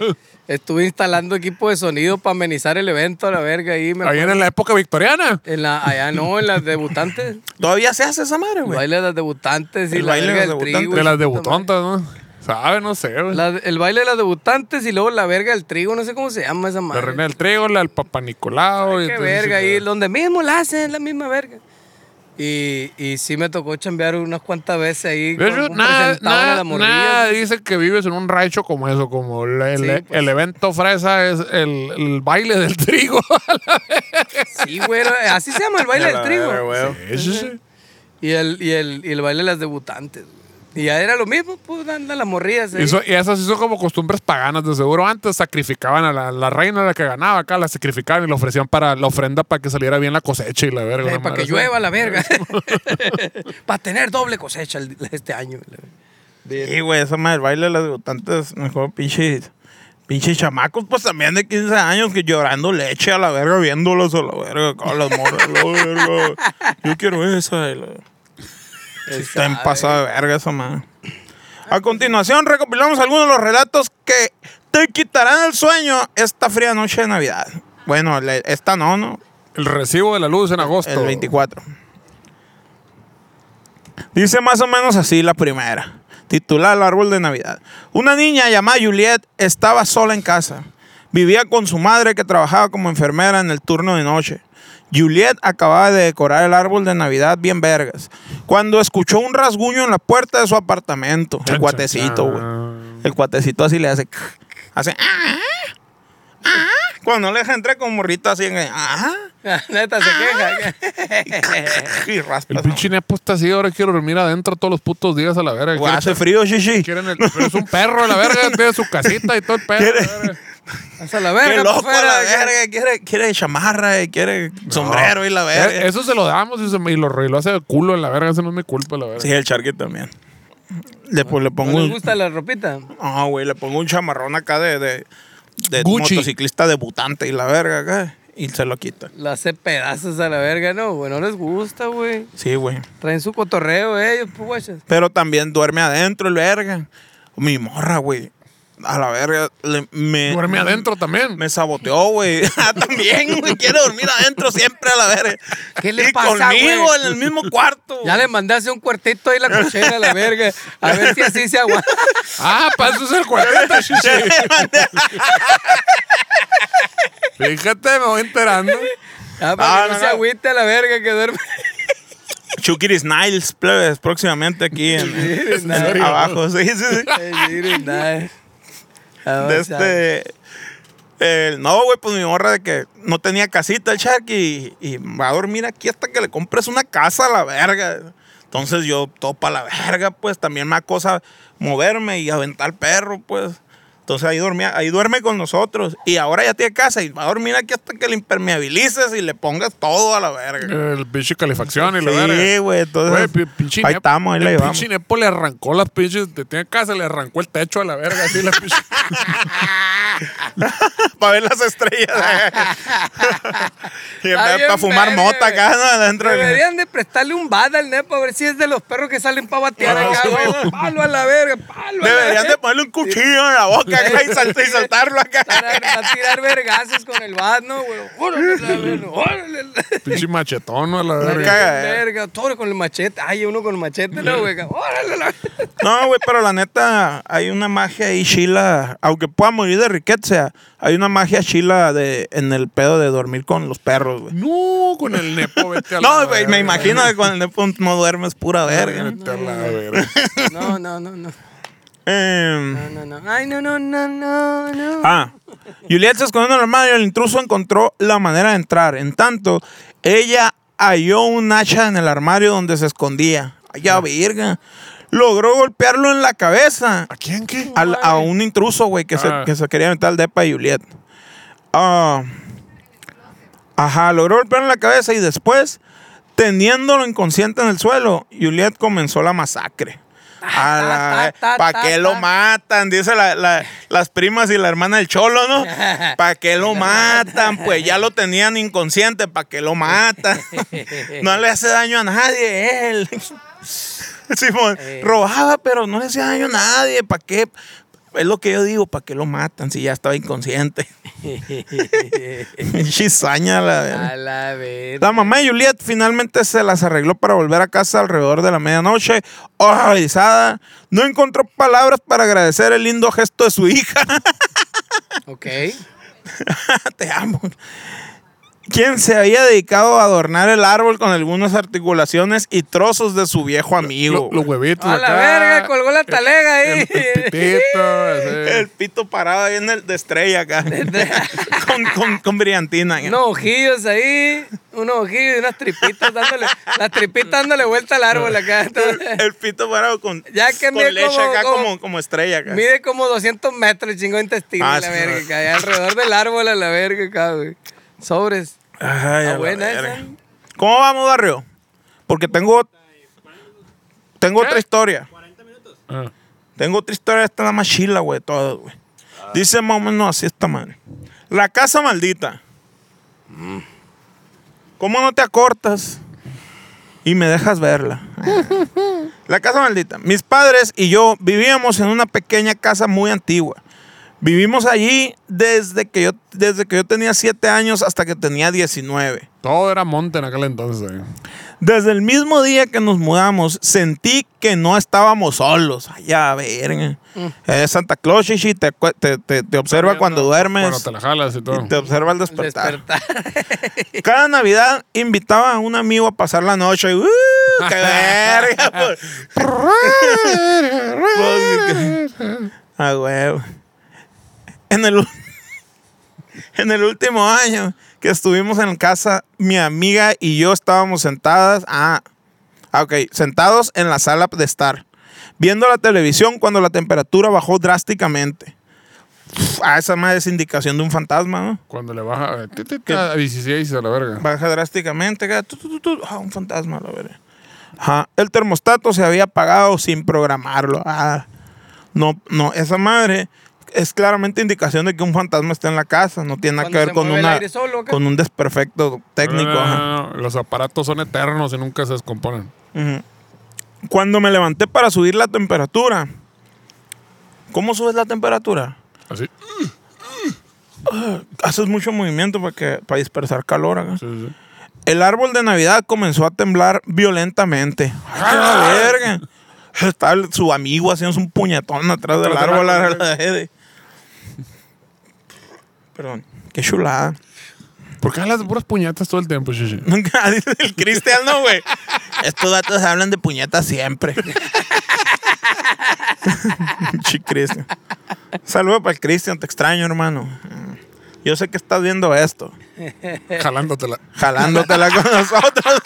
S3: Estuve instalando equipo de sonido para amenizar el evento a la verga ahí. Me
S1: Ahí
S3: acuerdo.
S1: en la época victoriana.
S3: en la, allá no, en las debutantes.
S2: Todavía se hace esa madre,
S3: El
S2: güey.
S3: baile de las debutantes y
S2: El
S3: la
S2: baile de
S3: verga
S2: las
S3: del
S2: debutantes.
S3: trigo.
S1: De
S3: y
S1: las
S3: su puta madre.
S1: debutantes, ¿no? ¿Sabe? No sé, güey. La,
S3: La- el baile de las debutantes y luego la verga del trigo, no sé cómo se llama esa madre.
S1: reina del trigo, la del papá Nicolau. y
S3: Qué
S1: entonces,
S3: verga,
S1: sí,
S3: ahí
S1: claro.
S3: donde mismo la hacen, la misma verga. Y, y sí me tocó chambear unas cuantas veces ahí.
S1: De hecho,
S3: un
S1: nada,
S3: presentador de
S1: nada,
S3: la morrilla.
S1: nada dice que vives en un rancho como eso, como el, el-
S3: Sí, pues.
S1: el evento fresa es el, el baile del trigo.
S3: Sí, güey, así se llama el baile del trigo.
S2: A la verga, güey.
S1: Eso sí.
S3: Y el, y el, y el baile de las debutantes. güey. Y ya era lo mismo, pues andan las morrillas. ahí.
S1: Eso- y esas sí son como costumbres paganas, de seguro. Antes sacrificaban a la, la reina, la que ganaba acá, la sacrificaban y la ofrecían para la ofrenda para que saliera bien la cosecha y la verga.
S3: Eh,
S1: la
S3: para
S1: madre
S3: que
S1: así.
S3: llueva la verga. para tener doble cosecha el- este año.
S2: Sí, güey, esa madre, el baile de las debutantes, mejor pinches, pinches chamacos, pues también de 15 años que llorando leche a la verga, viéndolos a la verga, con las morras, la verga. Yo quiero esa. y la- Está en pasada de verga esa madre. A continuación, recopilamos algunos de los relatos que te quitarán el sueño esta fría noche de Navidad. Bueno, la- esta no, ¿no?
S1: El recibo de la luz en agosto.
S2: El 24. Dice más o menos así la primera. Titular El árbol de Navidad. Una niña llamada Juliet estaba sola en casa. Vivía con su madre que trabajaba como enfermera en el turno de noche. Juliet acababa de decorar el árbol de Navidad bien vergas. Cuando escuchó un rasguño en la puerta de su apartamento. El
S1: Chan,
S2: cuatecito,
S1: chan,
S2: güey.
S1: chan.
S2: El cuatecito así le hace. Hace. "Ah, ah". Cuando le deja entrar con morrito así. Ah,
S3: Neta, se queja.
S2: y raspa.
S1: El
S2: esa
S1: pinche nepo está así, ahora quiero dormir adentro todos los putos días a la verga.
S2: Güey,
S1: Quiero
S2: hace frío, chichi.
S1: Quieren el, pero es un perro a la verga, tiene su casita y todo el perro.
S2: Quiere-
S3: Hasta la
S2: Qué
S3: verga. pa'
S2: loco a
S3: fuera, eh.
S2: la verga. Quiere, quiere chamarra, eh, quiere sombrero y la verga.
S1: Eh, Eso se lo damos y, se me- y lo, y lo hace de culo en la verga, eso no es mi culpa, la verga.
S2: Sí, el charquito también. Después le
S3: ¿No
S2: pongo
S3: les
S2: un.
S3: gusta la ropita?
S2: Ah, güey, le pongo un chamarrón acá de, de, de
S1: Gucci.
S2: motociclista debutante y la verga acá. Y se lo quita.
S3: La hace pedazos a la verga, no, güey. No les gusta, güey.
S2: Sí, güey.
S3: Traen su cotorreo ellos, pues, guachas.
S2: Pero también duerme adentro el verga. Mi morra, güey. A la verga. le- me,
S1: Duerme adentro también.
S2: Me saboteó, güey. Ah, También, güey. Quiere dormir adentro siempre a la verga.
S3: ¿Qué le
S2: y
S3: pasa,
S2: conmigo
S3: güey?
S2: en el mismo cuarto.
S3: Ya le mandé hace un cuartito ahí la cochera a la verga. A ver si así se aguanta.
S1: Ah, para eso es el cuartito, chichi. Fíjate, me voy enterando.
S3: Ah, para
S2: Ah,
S3: que no,
S2: no,
S3: se
S2: no.
S3: agüite a la verga que duerme.
S2: Chukiris Niles, plebes, próximamente aquí en, en-
S3: Niles.
S2: abajo. Sí, sí, sí. De este, el- no, güey, pues mi morra de que no tenía casita el Sharky y, y va a dormir aquí hasta que le compres una casa a la verga. Entonces yo topa la verga, pues también me acosa moverme y aventar perro, pues. Entonces ahí dormía, ahí duerme con nosotros. Y ahora ya tiene casa y va a dormir aquí hasta que le impermeabilices y le pongas todo a la verga.
S1: El pinche calefacción y la
S2: Sí,
S1: verga.
S2: güey, entonces.
S1: Güey, pi- pinche
S2: ahí
S1: Nepo-
S2: estamos, ahí la
S1: el
S2: llevamos.
S1: pinche Nepo le arrancó las pinches, te tiene casa, le arrancó el techo a la verga, así la pinche.
S2: para ver las estrellas. y
S3: Está bien
S2: para fumar
S3: verga,
S2: mota acá,
S3: güey.
S2: ¿no? adentro.
S3: Deberían de prestarle un bad al Nepo a ver si es de los perros que salen para batear
S2: Ah, No,
S3: acá,
S2: sí.
S3: güey. Palo a la verga, palo a la
S2: Deberían de
S3: verga.
S2: ponerle un cuchillo en la boca acá y, salt- y saltarlo acá.
S3: Para, para tirar vergazos con el bad, ¿no, güey? Órale, la verga, órale. la-
S1: Pinche machetón a la
S2: Acá,
S1: verga.
S2: Caga, eh.
S3: Verga, todo con el machete. Ay, uno con el machete, ¿no, güey? Órale, la
S2: No, güey, pero la neta, hay una magia ahí chila. Aunque pueda morir de riqueza, hay una magia chila de, en el pedo de dormir con los perros, güey.
S1: No, con el nepo, vete a la
S2: No, güey, me
S1: verga.
S2: imagino que cuando el nepo no duermes pura verga.
S1: Vete a la verga.
S3: No, no, no, no.
S2: Em,
S3: No, no, no. Ay, no, no, no, no, no.
S2: Ah, Juliet se escondió en el armario y el intruso encontró la manera de entrar. En tanto, ella halló un hacha en el armario donde se escondía. Ay, ya, verga. Logró golpearlo en la cabeza
S1: ¿A quién qué?
S2: al- a un intruso, güey, que, se,
S1: Ah.
S2: que se quería meter al depa de Juliet. Ah, ajá, logró golpearlo en la cabeza y después, teniéndolo inconsciente en el suelo, Juliet comenzó la masacre. A la,
S3: ta, ta, ta,
S2: ¿Para qué lo
S3: ta.
S2: matan? Dice la- la- las primas y la hermana del cholo, ¿no? ¿Para qué lo matan? Pues ya lo tenían inconsciente, ¿para qué lo matan? No le hace daño a nadie él. Simón,
S3: Eh.
S2: robaba, pero no le hacía daño a nadie. ¿Para qué? Es lo que yo digo, ¿para qué lo matan si ya estaba inconsciente? Chizaña la
S3: A
S2: verga.
S3: la verga.
S2: La mamá de Juliet finalmente se las arregló para volver a casa alrededor de la medianoche. Horrorizada, no encontró palabras para agradecer el lindo gesto de su hija.
S3: Ok.
S2: Te amo. Quien se había dedicado a adornar el árbol con algunas articulaciones y trozos de su viejo amigo.
S1: Lo- los huevitos.
S3: A la
S1: acá.
S3: verga, colgó la talega ahí.
S1: El pitito,
S2: El
S1: así.
S2: pito parado ahí en el de estrella acá. con, con, con brillantina.
S3: Unos ojillos ahí, unos ojillos y unas tripitas dándole, las tripitas dándole vuelta al árbol acá.
S2: El pito parado con,
S3: Ya que
S2: con
S3: mide
S2: leche
S3: como-
S2: acá
S3: como-
S2: como, como estrella acá.
S3: Mide como 200 metros el chingo de intestino,
S2: Ah,
S3: a la
S2: sí,
S3: verga,
S2: no.
S3: acá, allá alrededor del árbol, a la verga, acá, güey. Sobres.
S2: Ay, a
S3: Está
S2: la
S3: Ah, buena esa.
S2: verga. ¿Cómo vamos, barrio? Porque tengo. Tengo otra historia.
S1: Ah.
S2: Tengo otra historia, esta es la más chila, güey, toda, güey. Dice más o menos así esta madre. La casa maldita. ¿Cómo no te acortas? Y me dejas verla. la casa maldita. Mis padres y yo vivíamos en una pequeña casa muy antigua. Vivimos allí desde que yo, desde que yo tenía 7 años hasta que tenía 19.
S1: Todo era monte en aquel entonces. eh.
S2: Desde el mismo día que nos mudamos, sentí que no estábamos solos. Allá, verga. Eh, Santa Claus, chichi, te, acue- te, te- te observa cuando
S1: Bueno,
S2: duermes.
S1: te la jalas y todo.
S2: y te observa al despertar.
S3: Despertar.
S2: Cada Navidad invitaba a un amigo a pasar la noche. y, ¡Uh! ¡Qué verga! pues. Pues, que- ah, huevo. En el, u- en el último año que estuvimos en casa, mi amiga y yo estábamos sentadas. Ah, ah, ok. Sentados en la sala de estar. Viendo la televisión cuando la temperatura bajó drásticamente. Uf, ah, esa madre es indicación de un fantasma, ¿no?
S1: Cuando le baja eh, ti, ti, ti, a 16 a la verga.
S2: Baja drásticamente. acá, tu, tu, tu, tu. Ah, un fantasma, la verga. Ajá. El termostato se había apagado sin programarlo. Ah, no, no, esa madre es claramente indicación de que un fantasma está en la casa. No tiene nada que
S3: Cuando se
S2: ver con,
S3: mueve el
S2: una,
S3: aire solo, acá.
S2: con un desperfecto técnico.
S1: No, no,
S2: ajá.
S1: no, no, Los aparatos son eternos y nunca se descomponen.
S2: Ujú. Cuando me levanté para subir la temperatura. ¿Cómo subes la temperatura?
S1: Así.
S2: Haces mucho movimiento para, que, para dispersar calor acá.
S1: Sí, sí.
S2: El árbol de Navidad comenzó a temblar violentamente. ¡A la verga! Estaba el- su amigo haciendo un puñetón atrás del
S1: Atrás del
S2: árbol.
S1: árbol.
S2: a la verga. Perdón, qué chulada.
S1: ¿Por qué hablas de puras puñetas todo el tiempo, Shishi?
S2: Nunca dice el Cristian, no, güey. Estos datos hablan de puñetas siempre. Chi Cristian. Saludos para el Cristian, te extraño, hermano. Yo sé que estás viendo esto,
S3: Eh.
S1: Jalándotela.
S2: jalándotela con nosotros.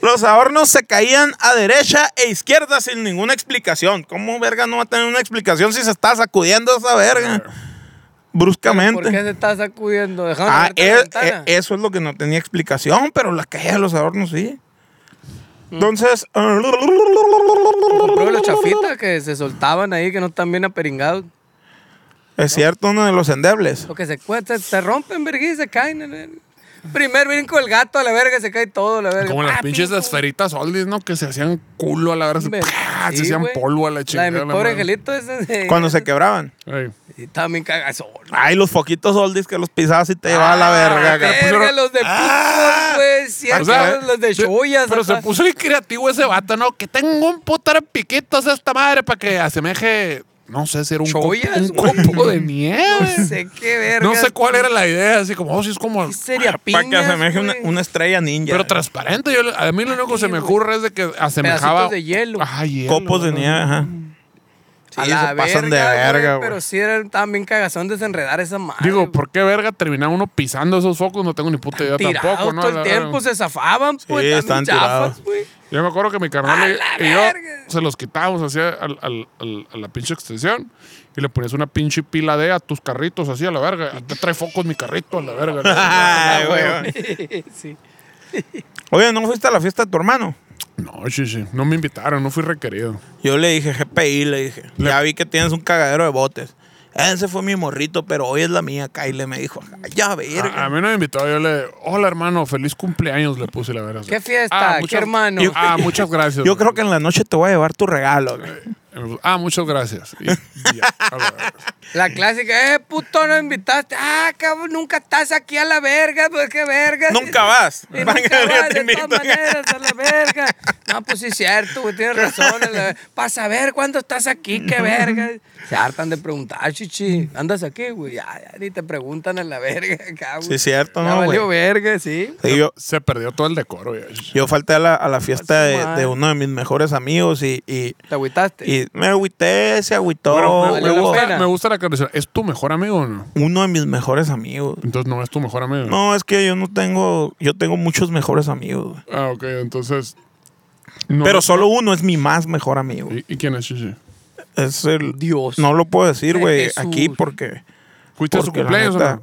S2: Los adornos se caían a derecha e izquierda sin ninguna explicación. ¿Cómo verga no va a tener una explicación si se está sacudiendo esa verga? Bruscamente.
S3: ¿Por qué se está sacudiendo? Dejando
S2: Ah,
S3: abierta la
S2: es-
S3: ventana.
S2: e- eso es lo que no tenía explicación, pero la caída de los adornos sí.
S3: Mm.
S2: Entonces.
S3: Compró los chafitas que se soltaban ahí, que no están bien aperingados.
S2: Es cierto, uno de los endebles.
S3: Lo que se cuesta, se rompen, verga, y se caen. en el- Primer brinco el gato a la verga, se cae todo a la verga.
S1: Como las
S3: Ah,
S1: pinches
S3: pingo.
S1: esferitas oldies, ¿no? Que se hacían culo a la verga. se-
S3: Me-
S1: ¡pah! Ah, se
S3: sí,
S1: hacían
S3: güey.
S1: polvo a la chingada.
S3: La de mi
S1: la
S3: pobre
S1: madre.
S3: angelito es.
S2: Cuando se quebraban.
S1: Ey.
S3: Y también cagazón.
S2: Ay, los foquitos oldies que los pisabas y te llevaba
S3: Ah,
S2: a la verga.
S3: verga,
S2: cara.
S3: los de Pitbull, güey. Cierto,
S1: Ah. O sea,
S3: los de
S1: se-
S3: Chuyas.
S1: Pero se
S3: ajá.
S1: puso bien creativo ese vato, ¿no? Que tengo un putero de piquitos esta madre para que asemeje, no sé si era un, copo,
S3: Chollas,
S1: un
S3: güey.
S1: copo de nieve.
S3: No sé qué verga.
S1: No sé cuál era la idea, así como, oh, sí, es como,
S3: ¿Qué sería
S2: Para que
S3: piñas,
S2: asemeje una,
S3: güey?
S2: una estrella ninja.
S1: pero transparente. Yo, a mí lo único que se me
S3: güey.
S1: ocurre es de que asemejaba.
S3: Pedacitos de hielo.
S1: Ajá, hielo,
S2: Copos de
S1: ¿no?
S2: nieve, ajá. Sí,
S3: A
S2: se
S3: la
S2: pasan de
S3: verga, güey,
S2: verga, güey.
S3: Pero sí era también cagazón desenredar esa madre.
S1: Digo,
S3: güey.
S1: ¿por qué verga terminaba uno pisando esos focos? No tengo ni puta idea
S3: Tirados
S1: tampoco, ¿no?
S3: todo
S1: La-
S3: el tiempo, se zafaban, pues.
S2: están
S3: están
S2: tirados.
S3: chafas, güey.
S1: Yo me acuerdo que mi
S3: ¡A
S1: carnal y,
S3: la
S1: y yo
S3: verga!
S1: se los quitábamos así al- al- al- a la pinche extensión y le ponías una pinche pila de a tus carritos así a la verga. Y te trae focos mi carrito a la verga.
S2: Ay, güey, güey.
S3: sí.
S2: Oye, ¿no fuiste a la fiesta de tu hermano?
S1: No, sí, sí. No me invitaron, no fui requerido.
S2: Yo le dije, GPI, le dije. Ya vi que tienes un cagadero de botes. Ese fue mi morrito, pero hoy es la mía, Kyle. Me dijo, "Ay, ya
S1: A, a
S2: verga.
S1: mí no me invitó. Yo le, hola hermano, feliz cumpleaños le puse la verga.
S3: ¿Qué fiesta? ¿Qué hermano?
S1: Yo- ah, muchas gracias.
S2: Yo creo que en la noche te voy a llevar tu regalo. güey.
S1: Ah, muchas gracias. Y- y ya, a la verga.
S3: La clásica, eh, puto, no invitaste. Ah, cabrón, nunca estás aquí a la verga, pues qué verga.
S2: Nunca vas.
S3: Y
S2: Van
S3: nunca
S2: a ver,
S3: vas,
S2: te
S3: de todas
S2: invitan.
S3: maneras, a la verga. No, pues sí es cierto, güey, tienes razón. a la- Para saber cuándo estás aquí, qué verga. Se hartan de preguntar, chichi, ¿andas aquí, güey? Ya, ya, ni te preguntan a la verga, cabrón.
S2: Sí, cierto,
S3: Ya
S2: ¿no, güey?
S3: valió verga, sí.
S2: Sí, yo,
S1: Se perdió todo el decoro. ya.
S2: yo falté a la, a la fiesta
S3: Así,
S2: de,
S3: man.
S2: de uno de mis mejores amigos y, y,
S3: ¿Te agüitaste?
S2: y me agüité, se agüitó.
S1: Pero me, me
S3: valió la
S2: hubo-
S1: gusta,
S3: pena.
S1: me gusta la canción. ¿Es tu mejor amigo o no?
S2: uno de mis mejores amigos.
S1: Entonces no es tu mejor amigo.
S2: No, es que yo no tengo, yo tengo muchos mejores amigos. güey.
S1: Ah, ok, entonces. no-
S2: Pero solo uno es mi más mejor amigo.
S1: ¿Y, y quién es Chichi?
S2: Es el
S3: Dios.
S2: No lo puedo decir,
S3: Ay,
S2: güey,
S3: Jesús.
S2: aquí porque
S1: ¿Fuiste a Este su
S2: Porque la
S1: cumpleaños o
S2: neta-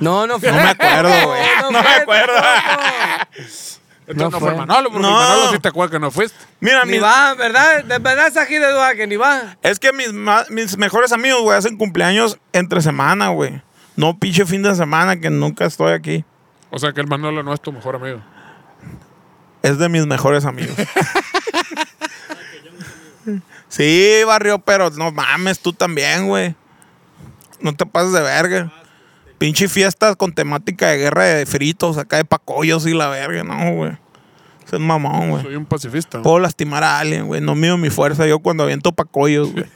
S1: no?
S3: No, no fue.
S2: No me acuerdo, güey. No me
S3: fue,
S2: acuerdo.
S3: tampoco.
S1: Entonces no
S3: No
S1: fue
S3: fue.
S1: Manolo, porque
S2: No.
S1: Manolo sí te acuerdas que no fuiste.
S2: Mira,
S3: Ni
S2: mis-
S3: va, ¿verdad? De verdad, esa gira de Doha que ni va.
S2: es que mis, ma- mis mejores amigos, güey, hacen cumpleaños entre semana, güey. No pinche fin de semana que nunca estoy aquí.
S1: O sea que el Manolo no es tu mejor amigo.
S2: Es de mis mejores amigos. sí, barrio, pero no mames, tú también, güey. No te pases de verga. Pinche fiestas con temática de guerra de fritos, acá de pacoyos y la verga, no, güey. Ese Es mamón, güey.
S1: Soy un pacifista.
S2: Puedo lastimar a alguien, güey. No mido mi fuerza yo cuando aviento pacoyos, güey.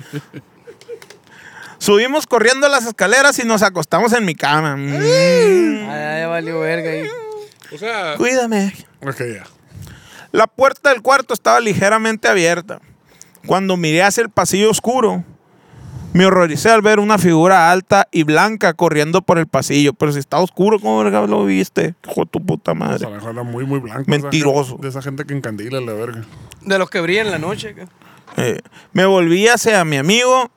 S2: Subimos corriendo las escaleras y nos acostamos en mi cama. Mm.
S3: Ah, ya valió verga ahí.
S1: O sea.
S2: Cuídame.
S1: Ok, ya.
S2: La puerta del cuarto estaba ligeramente abierta. Cuando miré hacia el pasillo oscuro, me horroricé al ver una figura alta y blanca corriendo por el pasillo. Pero si está oscuro, ¿cómo verga lo viste? Hijo de tu puta
S1: O sea, a
S2: madre.
S1: lo mejor era muy, muy blanco.
S2: Mentiroso.
S1: De esa gente que encandila la verga.
S3: De los que brillan en la noche. ca.
S2: Eh, me volví hacia mi amigo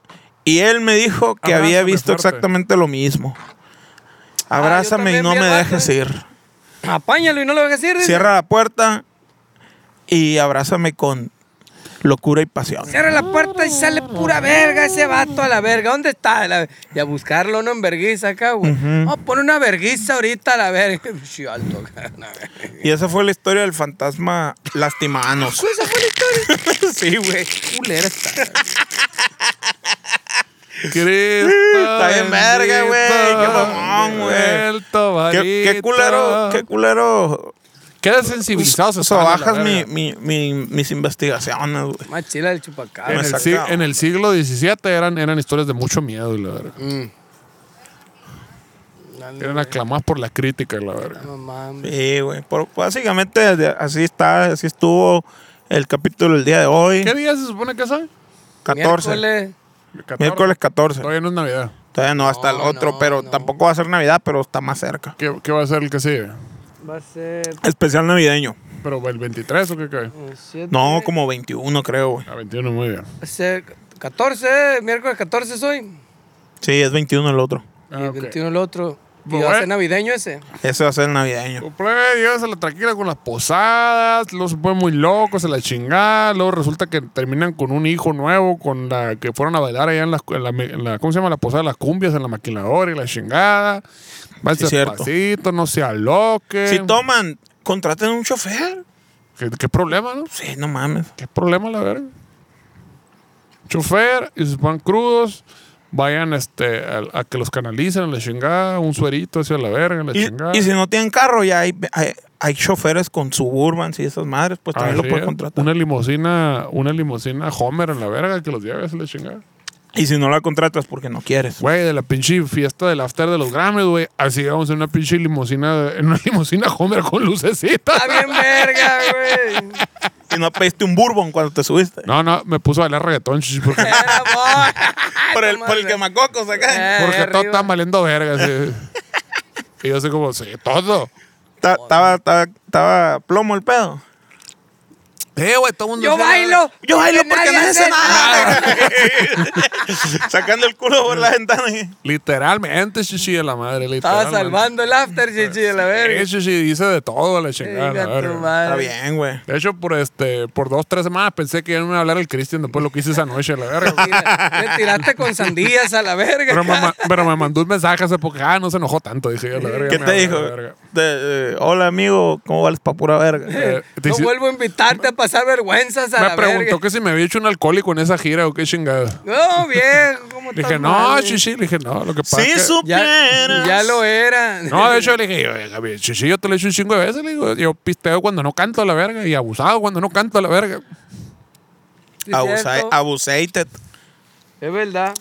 S2: y él me dijo que había
S1: Abrázame
S2: visto
S1: fuerte.
S2: exactamente lo mismo. Abrázame
S3: Ah, yo
S2: y
S3: también
S2: no
S3: vi
S2: me
S3: al vato,
S2: dejes
S3: eh.
S2: ir.
S3: Apáñalo y no lo dejes ir. dice.
S2: Cierra la puerta y abrázame con locura y pasión.
S3: Cierra la puerta y sale pura verga ese vato a la verga. ¿Dónde está? La- Y a buscarlo, ¿no? En verguiza acá, güey. Oh, pon una verguiza ahorita a la verga. Sí, alto, acá, la verga.
S2: Y esa fue la historia del fantasma lastimanos.
S3: Pues esa fue la historia.
S2: sí, güey.
S3: Culera está.
S1: Está
S2: bien verga, güey. Qué mamón, güey. ¿Qué, qué culero, qué culero.
S1: Qué desensibilizados
S2: O sea,
S1: están, la
S2: bajas mi,
S1: verga.
S2: mi- mi- mis investigaciones, güey.
S3: Más chila el chupacabra.
S1: En el,
S2: Me
S1: sig-
S2: sacaba.
S1: en el siglo XVII eran, eran historias de mucho miedo y la verga. Eran aclamadas por la crítica y la verga.
S3: No mames.
S2: Sí, güey. Por- Básicamente de- así está, así estuvo el capítulo del día de hoy.
S1: ¿Qué día se supone que es hoy?
S2: 14.
S3: Miércoles.
S1: 14.
S2: Miércoles 14.
S1: Todavía no es Navidad.
S2: Todavía no, hasta el
S3: No,
S2: otro,
S3: no,
S2: pero
S3: no.
S2: tampoco va a ser Navidad, pero está más cerca.
S1: ¿Qué, qué va a ser el que sigue?
S3: Va a ser
S2: Especial navideño.
S1: ¿Pero el 23 o qué cae?
S3: el siete.
S2: No, como 21, creo, güey.
S1: A 21, muy bien.
S3: Va a ser 14, miércoles 14 soy.
S2: Sí, es 21 el otro.
S1: Ah,
S3: y el
S1: ok. Pues
S3: 21 el otro. Y va a ser navideño ese.
S2: Eso va a ser navideño.
S1: Compré, Pues, llévasela tranquila con las posadas, luego se ponen muy locos, se la chingada, luego resulta que terminan con un hijo nuevo, con la que fueron a bailar allá en la, en la- en la- ¿cómo se llama? La posada de las cumbias, en la maquiladora y la chingada. Váyanse
S2: Sí, cierto.
S1: despacito, no se aloquen.
S2: Si toman, contraten un chofer.
S1: ¿Qué, qué problema, no?
S2: Sí, no mames.
S1: ¿Qué problema la verga? Chofer, y si van crudos, vayan este, a, a que los canalicen a la chingada, un suerito hacia la verga, a la
S2: Y,
S1: chingada.
S2: y si no tienen carro, ya hay, hay, hay choferes con suburban y esas madres, pues también
S1: Así
S2: lo puedes
S1: es.
S2: contratar.
S1: Ah, ¿eh? Una limusina, una limusina Homer en la verga que los lleves a la chingada.
S2: Y si no la contratas porque no quieres.
S1: Güey, de la pinche fiesta del after de los Grammys, güey. Así vamos en una pinche limusina, en una limusina Homer con lucecitas.
S3: Está bien verga, güey.
S2: Y no pediste un bourbon cuando te subiste.
S1: No, no, me puso a bailar reggaetón, chichi, porque,
S3: Era boy.
S2: por, el, por el quemacocos acá.
S3: Eh.
S1: porque
S3: arriba.
S1: todos están valiendo verga. sí. Y yo así como, sí, todo.
S2: Ta- Estaba estaba- estaba plomo el pedo.
S1: Eh, güey, todo el mundo
S3: Yo
S1: se-
S3: bailo.
S2: Yo bailo porque nadie hace nada.
S3: nada. Ah.
S2: Sacando el culo por la ventana. y-
S1: Literalmente, chichi, de la madre.
S3: Estaba
S1: literalmente.
S3: salvando el after, chichi, de la verga.
S1: Eh, chichi, dice de todo a la chingada. la
S3: Venga, tu
S1: verga.
S2: Está
S3: madre.
S2: bien, güey.
S1: De hecho, por este, por dos, tres semanas pensé que ya no me iba a hablar el Cristian después lo que hice esa noche, la verga.
S3: Mira, Le tiraste con sandías a la verga.
S1: Pero me, ma- pero me mandó un mensaje hace poco. Ah, no se enojó tanto. Dije, "Ya, la verga.
S2: ¿Qué
S1: me
S2: te
S1: habla,
S2: dijo?
S1: la verga".
S2: De- eh, Hola, amigo. ¿Cómo vales pa' pura verga?
S1: Eh, te
S3: no
S1: hice-
S3: vuelvo a invitarte a pasar vergüenzas a
S1: me
S3: la
S1: preguntó
S3: verga.
S1: que si me había hecho un alcohólico en esa gira o qué chingada.
S3: No, viejo, ¿cómo
S1: Le
S3: estás
S1: dije, no,
S3: mal,
S1: chichi. Le dije, no, lo que pasa. es
S2: Si
S1: que-
S3: Ya,
S2: supieras.
S3: ya lo era.
S1: No, de hecho, le dije, "Oye, Gaby, chichi, yo te lo he hecho un chingo de veces. Le digo, yo pisteo cuando no canto a la verga y abusado cuando no canto a la verga.
S3: Sí,
S2: Abusai-
S3: cierto.
S2: Abusated.
S3: Es verdad.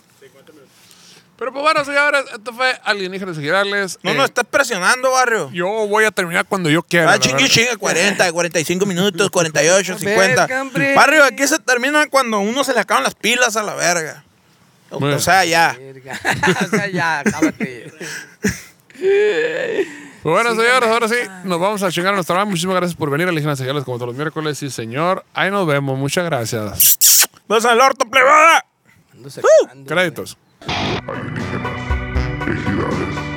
S1: Pero pues bueno, señores, esto fue Alienígenas Girales.
S2: No, no, estás presionando, barrio.
S1: Yo voy a terminar cuando yo quiera.
S2: Ah,
S1: la
S2: chingue,
S1: verga.
S2: chingue, 40, 45 minutos, 48, 50.
S3: Verga, hombre.
S2: Barrio, aquí se termina cuando uno se le acaban las pilas a la verga. O,
S1: Bueno.
S2: o sea, ya.
S3: Verga. o sea, ya, cábate.
S1: Pues bueno, señores, ahora sí, nos vamos a chingar a nuestra madre. Muchísimas gracias por venir a Legión Señales como todos los miércoles. Sí, señor. Ahí nos vemos. Muchas gracias.
S2: Vamos al orto, plebada.
S3: Ando secando.
S1: Créditos.
S4: Ejidales.